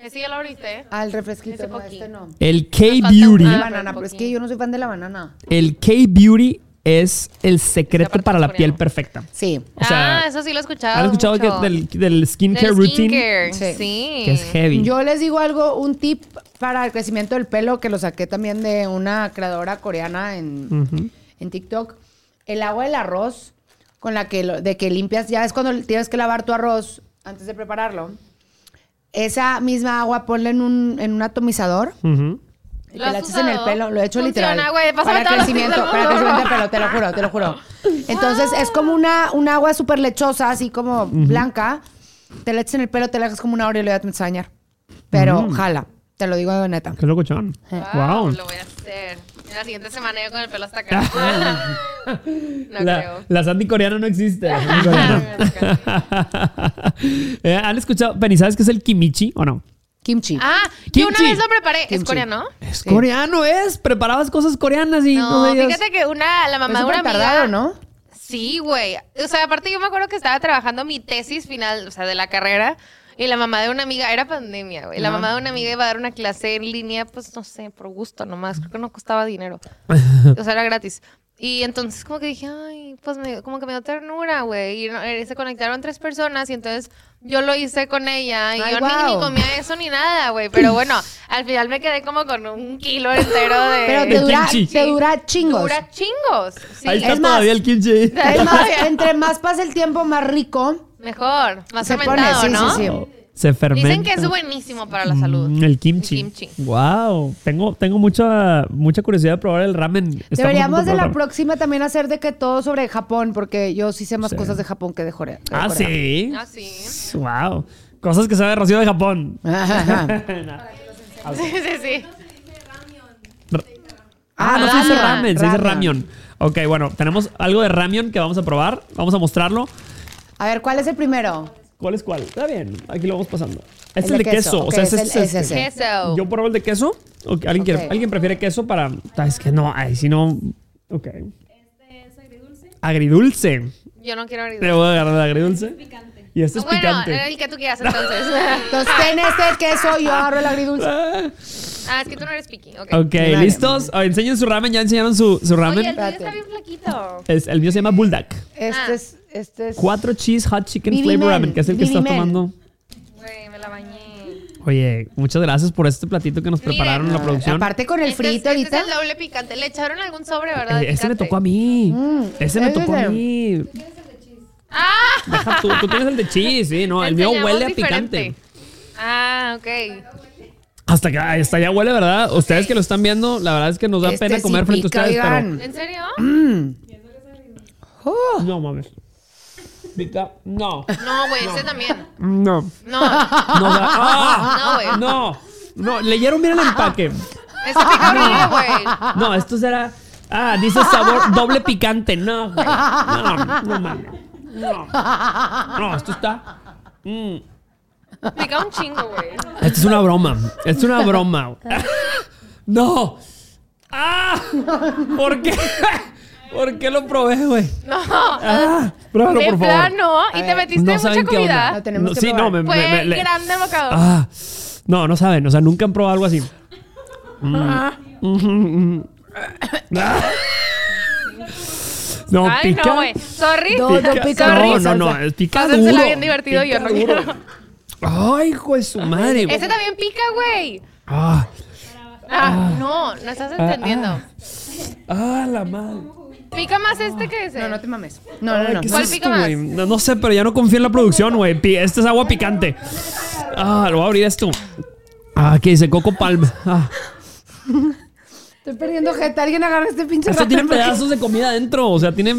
Speaker 2: Ese ya lo abriste, ¿eh?
Speaker 1: Al refresquito,
Speaker 2: Ese
Speaker 1: no,
Speaker 2: poquito.
Speaker 1: este no.
Speaker 3: El
Speaker 2: falta un-
Speaker 3: K-Beauty.
Speaker 2: Ah,
Speaker 1: banana, pero es que yo no soy fan de la banana.
Speaker 3: El K-Beauty es el secreto
Speaker 2: Aparte
Speaker 3: para
Speaker 2: es
Speaker 3: la
Speaker 2: coreano.
Speaker 3: piel perfecta.
Speaker 1: Sí.
Speaker 3: O sea,
Speaker 2: ah, eso sí lo he escuchado.
Speaker 3: ¿Han escuchado que
Speaker 2: mucho.
Speaker 3: del, del
Speaker 2: Del
Speaker 3: skincare routine?
Speaker 2: skincare,
Speaker 1: Sí.
Speaker 2: Sí.
Speaker 3: Que es heavy.
Speaker 1: Yo les digo algo, un tip para el crecimiento del pelo que lo saqué también de una creadora coreana en,
Speaker 3: Mm.
Speaker 1: en TikTok. El agua del arroz con la que lo- de que limpias, ya es cuando tienes que lavar tu arroz antes de prepararlo. Esa misma agua ponla en un, en un atomizador
Speaker 3: Ujú.
Speaker 1: y te
Speaker 2: ¿Lo has
Speaker 1: la echas en el
Speaker 2: usado?
Speaker 1: pelo. Lo he hecho
Speaker 2: Funciona,
Speaker 1: literal.
Speaker 2: güey, pásame
Speaker 1: para el
Speaker 2: todos los
Speaker 1: crecimiento,
Speaker 2: tips del
Speaker 1: para el
Speaker 2: mundo.
Speaker 1: crecimiento del pelo, te lo juro, te lo juro. Entonces es como una, un agua súper lechosa, así como
Speaker 3: Mm.
Speaker 1: blanca. Te la echas en el pelo, te la dejas como una hora y lo voy a ensañar. Pero jala. Te lo digo de neta.
Speaker 3: Qué locochón. Wow.
Speaker 2: Ah, Lo voy a hacer. Y la siguiente semana yo con el pelo hasta acá. no
Speaker 3: la,
Speaker 2: creo.
Speaker 3: la Sandy coreana no existe.
Speaker 2: Coreana.
Speaker 3: Eh, ¿Han escuchado? Penny, ¿sabes qué es el kimichi o no?
Speaker 1: Kimchi.
Speaker 2: Ah,
Speaker 3: Kimchi.
Speaker 2: yo una vez lo preparé.
Speaker 1: Kimchi.
Speaker 2: ¿Es coreano?
Speaker 3: Es
Speaker 1: Sí.
Speaker 3: coreano, es. Preparabas cosas coreanas y no,
Speaker 2: No,
Speaker 3: veías.
Speaker 2: fíjate que una, la
Speaker 1: Fue
Speaker 2: mamá de una
Speaker 1: súper
Speaker 2: amiga. Eh,
Speaker 1: tardado, ¿no?
Speaker 2: Sí, güey. O sea, aparte yo me acuerdo que estaba trabajando mi tesis final, o sea, de la carrera. Y la mamá de una amiga, era pandemia, güey. La mamá de una amiga iba a dar una clase en línea, pues no sé, por gusto nomás. Creo que no costaba dinero. O sea, era gratis. Y entonces como que dije, ay, pues me- como que me dio ternura, güey. Y no- eh, se conectaron tres personas y entonces yo lo hice con ella. Y
Speaker 1: Ay,
Speaker 2: yo ni- ni,
Speaker 1: guau.
Speaker 2: comía eso ni nada, güey. Pero bueno, al final me quedé como con un kilo entero de...
Speaker 1: Pero
Speaker 3: El
Speaker 1: te dura,
Speaker 3: kimchi.
Speaker 1: te dura chingos.
Speaker 2: Dura chingos. Sí,
Speaker 3: Ahí está
Speaker 1: es más.
Speaker 3: todavía el kimchi.
Speaker 1: Es más, entre más pasa el tiempo, más rico
Speaker 2: Mejor, más
Speaker 1: se pone.
Speaker 2: fermentado,
Speaker 1: Sí,
Speaker 2: ¿no?
Speaker 1: sí, sí.
Speaker 3: Se fermenta.
Speaker 2: Dicen que es buenísimo para la salud.
Speaker 3: Mm, el kimchi.
Speaker 2: El kimchi.
Speaker 3: Wow. Tengo, tengo mucha, mucha curiosidad de probar el ramen. Estamos
Speaker 1: Deberíamos de
Speaker 3: juntos,
Speaker 1: la
Speaker 3: pero-
Speaker 1: próxima también hacer de que todo sobre Japón, porque yo sí sé más cosas de Japón que de Corea. que de
Speaker 3: Ah,
Speaker 1: Corea.
Speaker 3: sí.
Speaker 2: Ah, sí.
Speaker 3: Wow. Cosas que sabe Rocío de Japón.
Speaker 1: Ajá.
Speaker 2: Sí, sí, sí.
Speaker 3: Ah, no se dice ramen,
Speaker 1: Ramen,
Speaker 3: se dice
Speaker 1: ramen.
Speaker 3: ramión. Ok, bueno, tenemos algo de ramión que vamos a probar. Vamos a mostrarlo.
Speaker 1: A ver, ¿cuál es el primero?
Speaker 3: ¿Cuál es cuál? Está bien, aquí lo vamos pasando. Este
Speaker 1: El
Speaker 3: es el de queso.
Speaker 1: ok,
Speaker 3: o sea, este
Speaker 1: es
Speaker 3: es
Speaker 1: el-
Speaker 3: este.
Speaker 1: es ese.
Speaker 2: Queso.
Speaker 3: Yo pruebo el de queso. Ok, ¿alguien, quiere-
Speaker 1: Ok.
Speaker 3: ¿Alguien prefiere queso para.? Ah, Es que no, ay, si no. Ok. Este es agridulce. Agridulce.
Speaker 2: Yo no quiero
Speaker 3: Te
Speaker 2: agridulce.
Speaker 3: voy a agarrar el agridulce. Picante. Y este es
Speaker 2: Ah, Bueno,
Speaker 3: picante.
Speaker 2: el que tú quieras entonces.
Speaker 1: Entonces, ten este queso, yo agarro el agridulce.
Speaker 3: Ah,
Speaker 2: ah, es que tú no eres piqui. Ok.
Speaker 3: Ok, ¿listos? Oh, enseñen su ramen, ya enseñaron su, su ramen.
Speaker 2: Oye, el tuyo está
Speaker 1: Espérate.
Speaker 2: bien flaquito.
Speaker 3: Es, el mío se llama Bulldog.
Speaker 1: Este es, este es.
Speaker 3: Cuatro cheese hot chicken
Speaker 1: Bibimen,
Speaker 3: flavor ramen, que es el que está
Speaker 1: bibimen.
Speaker 3: tomando.
Speaker 2: Güey, me la bañé.
Speaker 3: Oye, muchas gracias por este platito que nos
Speaker 2: Miren.
Speaker 3: prepararon en la producción.
Speaker 1: Aparte con el
Speaker 2: Este es-
Speaker 1: frito
Speaker 2: Este
Speaker 1: ahorita.
Speaker 2: es el doble picante. Le echaron algún sobre, ¿verdad?
Speaker 3: Eh,
Speaker 2: de
Speaker 3: Ese me
Speaker 2: picante?
Speaker 3: tocó a mí. Ese me
Speaker 1: ese
Speaker 3: tocó
Speaker 1: es
Speaker 3: a
Speaker 1: el-
Speaker 3: mí.
Speaker 2: ¡Ah!
Speaker 3: Deja tú, tú tienes el de cheese, sí, no. El mío
Speaker 2: Enseñamos
Speaker 3: huele a
Speaker 2: diferente.
Speaker 3: picante.
Speaker 2: Ah, ok.
Speaker 3: Hasta que hasta allá huele, ¿verdad? Ustedes que lo están viendo, la verdad es que nos da
Speaker 1: Este
Speaker 3: pena
Speaker 1: sí
Speaker 3: comer frente
Speaker 1: pica,
Speaker 3: a ustedes,
Speaker 1: oigan.
Speaker 2: ¿En serio?
Speaker 1: Oh, Uh.
Speaker 3: pero. No mames. Pica. No.
Speaker 2: No, güey, ese también.
Speaker 3: No.
Speaker 2: No, ese
Speaker 3: No, da-
Speaker 2: No,
Speaker 3: ¡Ah!
Speaker 2: güey.
Speaker 3: no, no, leyeron bien el empaque.
Speaker 2: pica horrible, güey.
Speaker 3: No, esto será. Ah, dice sabor doble picante. No, güey. No, no mames. No. No, esto está. mm.
Speaker 2: Pica un chingo, güey.
Speaker 3: Esto es una broma. Esto es una broma. No. ¡Ah! ¿Por qué? ¿Por qué lo probé, güey?
Speaker 2: No.
Speaker 3: ¡Ah! Pruébalo,
Speaker 2: De
Speaker 3: por favor. Eh,
Speaker 2: plano, ¿ah? y
Speaker 1: A
Speaker 2: te
Speaker 1: ver.
Speaker 2: metiste
Speaker 3: No
Speaker 2: mucha
Speaker 3: saben qué
Speaker 2: comida.
Speaker 1: No
Speaker 3: onda.
Speaker 1: tenemos
Speaker 3: No,
Speaker 1: que
Speaker 3: sí, no,
Speaker 1: probar.
Speaker 3: me, me-
Speaker 2: Fue
Speaker 3: me- le-
Speaker 2: grande el bocado.
Speaker 3: Ah, no, no saben, o sea, nunca han probado algo así. Mm.
Speaker 2: Ah.
Speaker 3: Mm, mm. Ah. No,
Speaker 2: Ay,
Speaker 3: pica.
Speaker 2: no, güey. Sorry.
Speaker 1: No, no pica.
Speaker 2: Sorry.
Speaker 3: no, no, no,
Speaker 1: salsa.
Speaker 3: es pica
Speaker 2: Pásensela
Speaker 3: duro.
Speaker 2: bien divertido,
Speaker 3: Pica
Speaker 2: yo no
Speaker 3: duro.
Speaker 2: quiero.
Speaker 3: Ay, hijo de su madre. güey.
Speaker 2: Ese también pica, güey.
Speaker 3: Ah,
Speaker 2: Ah, no, no estás entendiendo.
Speaker 3: ah, la madre.
Speaker 2: Pica más este que ese.
Speaker 1: no, no te mames. No, no,
Speaker 3: Ay,
Speaker 1: no.
Speaker 3: ¿qué es
Speaker 2: ¿Cuál
Speaker 3: esto,
Speaker 2: pica más?
Speaker 3: güey? No, no sé, pero ya no confío en la producción, güey. Pi- Este es agua picante. Ah, lo voy a abrir esto. Ah, ¿qué dice? Coco Palm. Ah,
Speaker 1: Estoy perdiendo gente. Alguien agarra este pinche
Speaker 3: esto tiene
Speaker 1: ramen, porque-
Speaker 3: pedazos de comida adentro. O sea, tiene.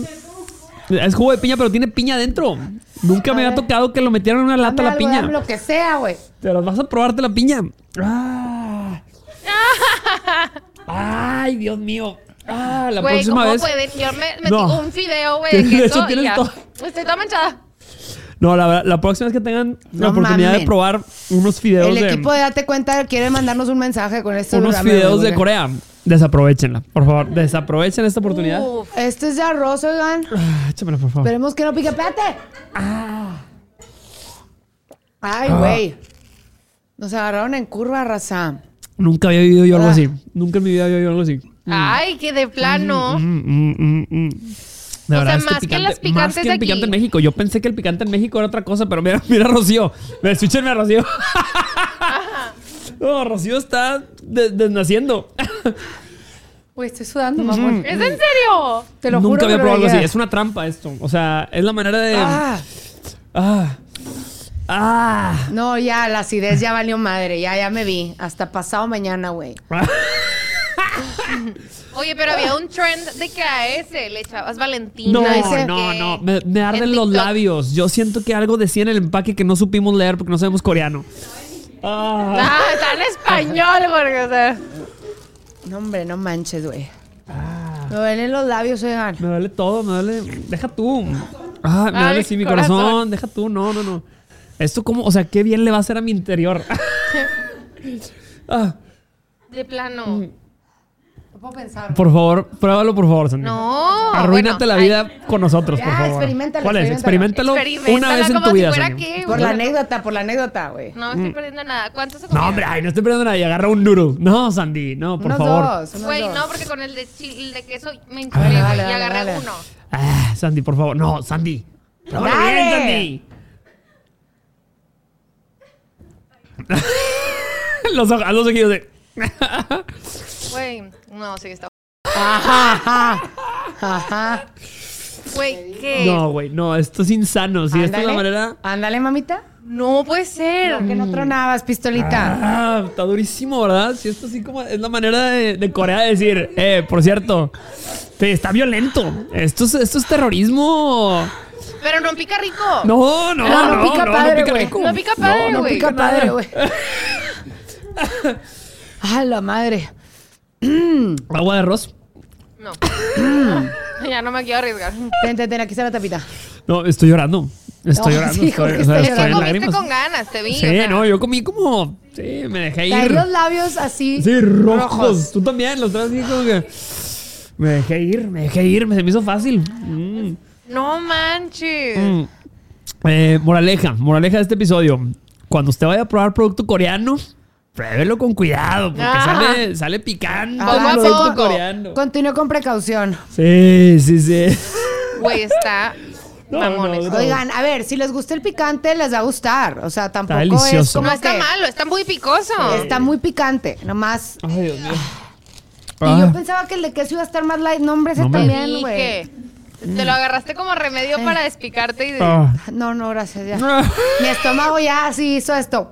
Speaker 3: Es jugo de piña, pero tiene piña adentro. Nunca me había tocado que lo metieran en una
Speaker 1: Dame
Speaker 3: lata la
Speaker 1: algo,
Speaker 3: piña.
Speaker 1: dame lo que sea, güey.
Speaker 3: Te las vas a probarte la piña. Ah. Ay, Dios mío. Ah, la
Speaker 2: Güey,
Speaker 3: próxima
Speaker 2: ¿cómo
Speaker 3: vez.
Speaker 2: pueden? Yo me metí
Speaker 3: No.
Speaker 2: un fideo, güey, de
Speaker 3: Eso
Speaker 2: queso y
Speaker 3: tienes
Speaker 2: ya.
Speaker 3: todo.
Speaker 2: Estoy toda manchada.
Speaker 3: No, la, verdad, la próxima vez que tengan la
Speaker 1: No
Speaker 3: oportunidad de
Speaker 1: mamen.
Speaker 3: probar unos fideos
Speaker 1: El
Speaker 3: de.
Speaker 1: equipo de Date Cuenta quiere mandarnos un mensaje con esto.
Speaker 3: unos
Speaker 1: ramen,
Speaker 3: fideos
Speaker 1: güey,
Speaker 3: de
Speaker 1: porque-
Speaker 3: Corea. Desaprovechenla, por favor. Desaprovechen esta oportunidad.
Speaker 2: Uf.
Speaker 1: Este es de arroz, oigan.
Speaker 3: Ah, échamela, por favor.
Speaker 1: Esperemos que no pique. ¡Espérate! Ah. Ay,
Speaker 3: Ah.
Speaker 1: güey. Nos agarraron en curva, raza.
Speaker 3: Nunca había vivido yo algo
Speaker 1: Ah.
Speaker 3: así. Nunca en mi vida había vivido algo así.
Speaker 2: Ay, que de plano.
Speaker 3: Mm, mm, mm, mm. De
Speaker 2: O sea,
Speaker 3: este
Speaker 2: más que las
Speaker 3: Más
Speaker 2: picantes
Speaker 3: que
Speaker 2: de
Speaker 3: el
Speaker 2: aquí.
Speaker 3: picante en México. Yo pensé que el picante en México era otra cosa, pero mira, mira a Rocío. Mira, Escúchenme a Rocío. No, Rocío está de- desnaciendo.
Speaker 1: Güey, estoy sudando, mamón.
Speaker 2: ¿Es en serio?
Speaker 1: Te lo
Speaker 3: Nunca
Speaker 1: juro.
Speaker 3: había
Speaker 1: pero
Speaker 3: probado algo
Speaker 1: ya-
Speaker 3: así. Es una trampa esto. O sea, es la manera de.
Speaker 1: Ah,
Speaker 3: Ah. Ah.
Speaker 1: no, ya, la acidez ya valió madre. Ya, ya me vi. Hasta pasado mañana, güey.
Speaker 2: Oye, pero había un trend de que a ese le echabas Valentina.
Speaker 3: No,
Speaker 2: y sé
Speaker 3: no,
Speaker 2: qué.
Speaker 3: no. Me, me arden
Speaker 2: En
Speaker 3: los
Speaker 2: TikTok.
Speaker 3: labios. Yo siento que algo decía en el empaque que no supimos leer porque no sabemos coreano. Ah.
Speaker 2: No, está en español, porque, o sea.
Speaker 1: No, hombre, no manches, güey.
Speaker 3: Ah.
Speaker 1: Me duelen los labios, oigan.
Speaker 3: Me duele todo, me duele. Deja tú. Ah, me
Speaker 2: Ay,
Speaker 3: duele sí mi corazón.
Speaker 2: corazón.
Speaker 3: Deja tú, no, no, no. Esto como, o sea, qué bien le va a hacer a mi interior. Ah,
Speaker 2: De
Speaker 3: Mm.
Speaker 2: plano.
Speaker 1: No puedo pensar.
Speaker 3: por favor, pruébalo, por favor, Sandy.
Speaker 2: No,
Speaker 3: Arruínate
Speaker 2: bueno,
Speaker 3: la
Speaker 2: ay.
Speaker 3: vida con nosotros,
Speaker 1: Ya,
Speaker 3: por favor.
Speaker 1: experiméntalo,
Speaker 3: ¿Cuál es? Experimentalo
Speaker 1: experiméntalo.
Speaker 3: una
Speaker 2: Experimentala
Speaker 3: vez en
Speaker 2: como
Speaker 3: tu
Speaker 2: si
Speaker 3: vida,
Speaker 2: fuera
Speaker 3: Sandy.
Speaker 2: qué,
Speaker 1: Por
Speaker 2: güey.
Speaker 1: la anécdota, por la anécdota, güey.
Speaker 2: No estoy perdiendo nada. ¿Cuánto se
Speaker 3: Mm. No,
Speaker 2: comieron?
Speaker 3: hombre, ay, no estoy perdiendo nadie. Agarra un noodle. No, Sandy, no, por
Speaker 1: unos
Speaker 3: favor.
Speaker 1: dos, unos
Speaker 2: Güey,
Speaker 1: dos.
Speaker 2: no, porque con el de chile, el de queso me
Speaker 1: Ah,
Speaker 2: enchulé, güey,
Speaker 1: dale,
Speaker 2: y
Speaker 1: dale,
Speaker 2: agarré
Speaker 1: dale.
Speaker 2: uno.
Speaker 3: Ah, Sandy, por favor. No, Sandy. Pruébalo
Speaker 1: Dale.
Speaker 3: bien, Sandy. los ojos, los ojillos de.
Speaker 2: Güey, no, sí, está.
Speaker 1: Ajá, ajá. Ajá.
Speaker 2: Güey, ¿qué? No.
Speaker 3: No, güey, no, esto es insano. Si esta es la
Speaker 1: Eh. Ándale.
Speaker 3: manera. Mm.
Speaker 1: Ándale, mamita.
Speaker 2: puede ser.
Speaker 1: Que no tronabas, pistolita.
Speaker 3: Ah, está durísimo, ¿verdad? Si esto así como es la manera de, de Corea de decir, eh, por cierto, te- está violento. Esto es, esto es terrorismo.
Speaker 2: Pero no pica rico.
Speaker 3: No, no, no,
Speaker 1: Ah, No, no
Speaker 3: no,
Speaker 1: pica
Speaker 3: no
Speaker 1: padre,
Speaker 3: pica
Speaker 1: güey.
Speaker 3: rico.
Speaker 2: No pica padre,
Speaker 3: No, no
Speaker 2: güey.
Speaker 1: Pica
Speaker 3: pica nada.
Speaker 1: padre, güey. A la madre.
Speaker 3: Agua de arroz.
Speaker 2: No. ya no me quiero arriesgar.
Speaker 1: Ten, ten, ten, aquí está la tapita.
Speaker 3: No, estoy llorando. Estoy
Speaker 1: No,
Speaker 3: llorando.
Speaker 1: sí,
Speaker 3: estoy,
Speaker 1: Jorge,
Speaker 3: o sea,
Speaker 1: estoy
Speaker 3: estoy
Speaker 2: Pero
Speaker 1: llorando.
Speaker 3: en
Speaker 2: te comiste
Speaker 3: lágrimas.
Speaker 2: con ganas, te vi.
Speaker 3: Sí,
Speaker 2: o sea.
Speaker 3: no, yo comí como. Sí, me dejé
Speaker 1: Traes
Speaker 3: ir.
Speaker 1: los labios así.
Speaker 3: Sí, rojos. Tú también, los traes así como que. Me dejé ir, me dejé ir, me se me hizo fácil. Mm,
Speaker 2: No manches.
Speaker 3: mm. Eh, moraleja, moraleja de este episodio. Cuando usted vaya a probar producto coreano, pruébelo con cuidado, porque
Speaker 2: Ah.
Speaker 3: sale, sale picante
Speaker 2: Poco
Speaker 3: el
Speaker 2: a
Speaker 3: producto
Speaker 2: poco.
Speaker 3: coreano.
Speaker 1: Continúe con precaución.
Speaker 3: Sí, sí, sí.
Speaker 2: Güey, está.
Speaker 3: No,
Speaker 2: mamones.
Speaker 3: no,
Speaker 2: No,
Speaker 3: no.
Speaker 1: Oigan, a ver, si les gusta el picante, les va a gustar. O sea, tampoco es
Speaker 3: delicioso.
Speaker 1: como
Speaker 2: está
Speaker 1: que
Speaker 2: malo, está muy picoso.
Speaker 1: está muy picante, nomás.
Speaker 3: Ay, Dios mío.
Speaker 1: Y
Speaker 3: Ah.
Speaker 1: yo pensaba que el de queso iba a estar más light. No, hombre, ese
Speaker 3: No me-
Speaker 1: también, güey.
Speaker 2: Dije.
Speaker 3: Mm.
Speaker 2: Te lo agarraste como remedio para despicarte y de...
Speaker 3: Ah.
Speaker 1: No, no, gracias, ya.
Speaker 3: Ah.
Speaker 1: Mi estómago ya sí hizo esto.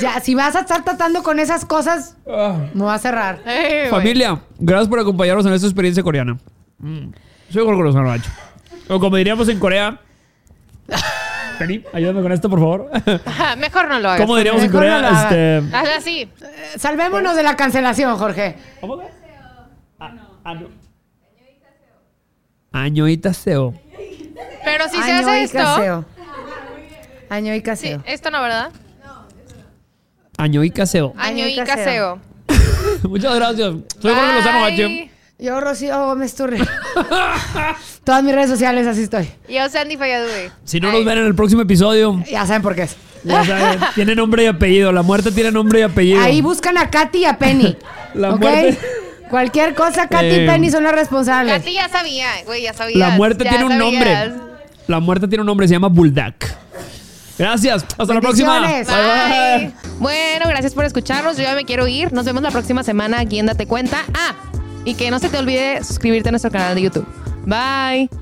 Speaker 1: Ya, si vas a estar tratando con esas cosas,
Speaker 3: Ah.
Speaker 1: me va a cerrar.
Speaker 2: Ey, güey.
Speaker 3: Familia, gracias por acompañarnos en esta experiencia coreana. Mm. Soy Jorge Lozano Bacho. O como diríamos en Corea. Penny, ayúdame con esto, por favor.
Speaker 2: Ajá, Ah, Mejor no lo hagas. Ah,
Speaker 3: ¿Cómo diríamos en
Speaker 1: Mejor
Speaker 3: Corea?
Speaker 1: no lo hagas.
Speaker 3: Este,
Speaker 2: Hazla así.
Speaker 1: Eh, Salvémonos de la cancelación, Jorge.
Speaker 3: ¿Cómo que? Ah, ah, no. Añoita Seo.
Speaker 2: Pero si se
Speaker 1: Año y
Speaker 2: hace esto...
Speaker 1: caseo. Año y
Speaker 2: Sí, eh.
Speaker 1: caseo.
Speaker 2: esto no, ¿verdad?
Speaker 3: Añoita Seo.
Speaker 2: Año y
Speaker 1: Año y caseo.
Speaker 2: caseo.
Speaker 3: Muchas gracias. Soy Jorge Lozano Bacho.
Speaker 2: Bye.
Speaker 1: Yo, Rocío Gómez Turre. Todas mis redes sociales, así estoy.
Speaker 2: Yo, Sandy Falladue.
Speaker 3: Si no
Speaker 2: Ay.
Speaker 3: nos ven en el próximo episodio,
Speaker 1: Ya saben por qué es.
Speaker 3: ya saben, tiene nombre y apellido. La muerte tiene nombre y apellido.
Speaker 1: Ahí buscan a Katy y a Penny.
Speaker 3: La
Speaker 1: ¿ok?
Speaker 3: muerte.
Speaker 1: Cualquier cosa, Katy
Speaker 3: Eh,
Speaker 1: y Penny son las responsables.
Speaker 2: Katy ya sabía, güey, ya sabía.
Speaker 3: La muerte tiene un nombre.
Speaker 2: sabías.
Speaker 3: La muerte tiene un nombre, se llama Buldak. Gracias, hasta la próxima.
Speaker 1: Bendiciones.
Speaker 3: Bye, bye.
Speaker 2: Bye. Bueno, gracias por escucharnos. Yo ya me quiero ir. Nos vemos la próxima semana aquí en Date Cuenta. Ah, y que no se te olvide suscribirte a nuestro canal de YouTube. Bye.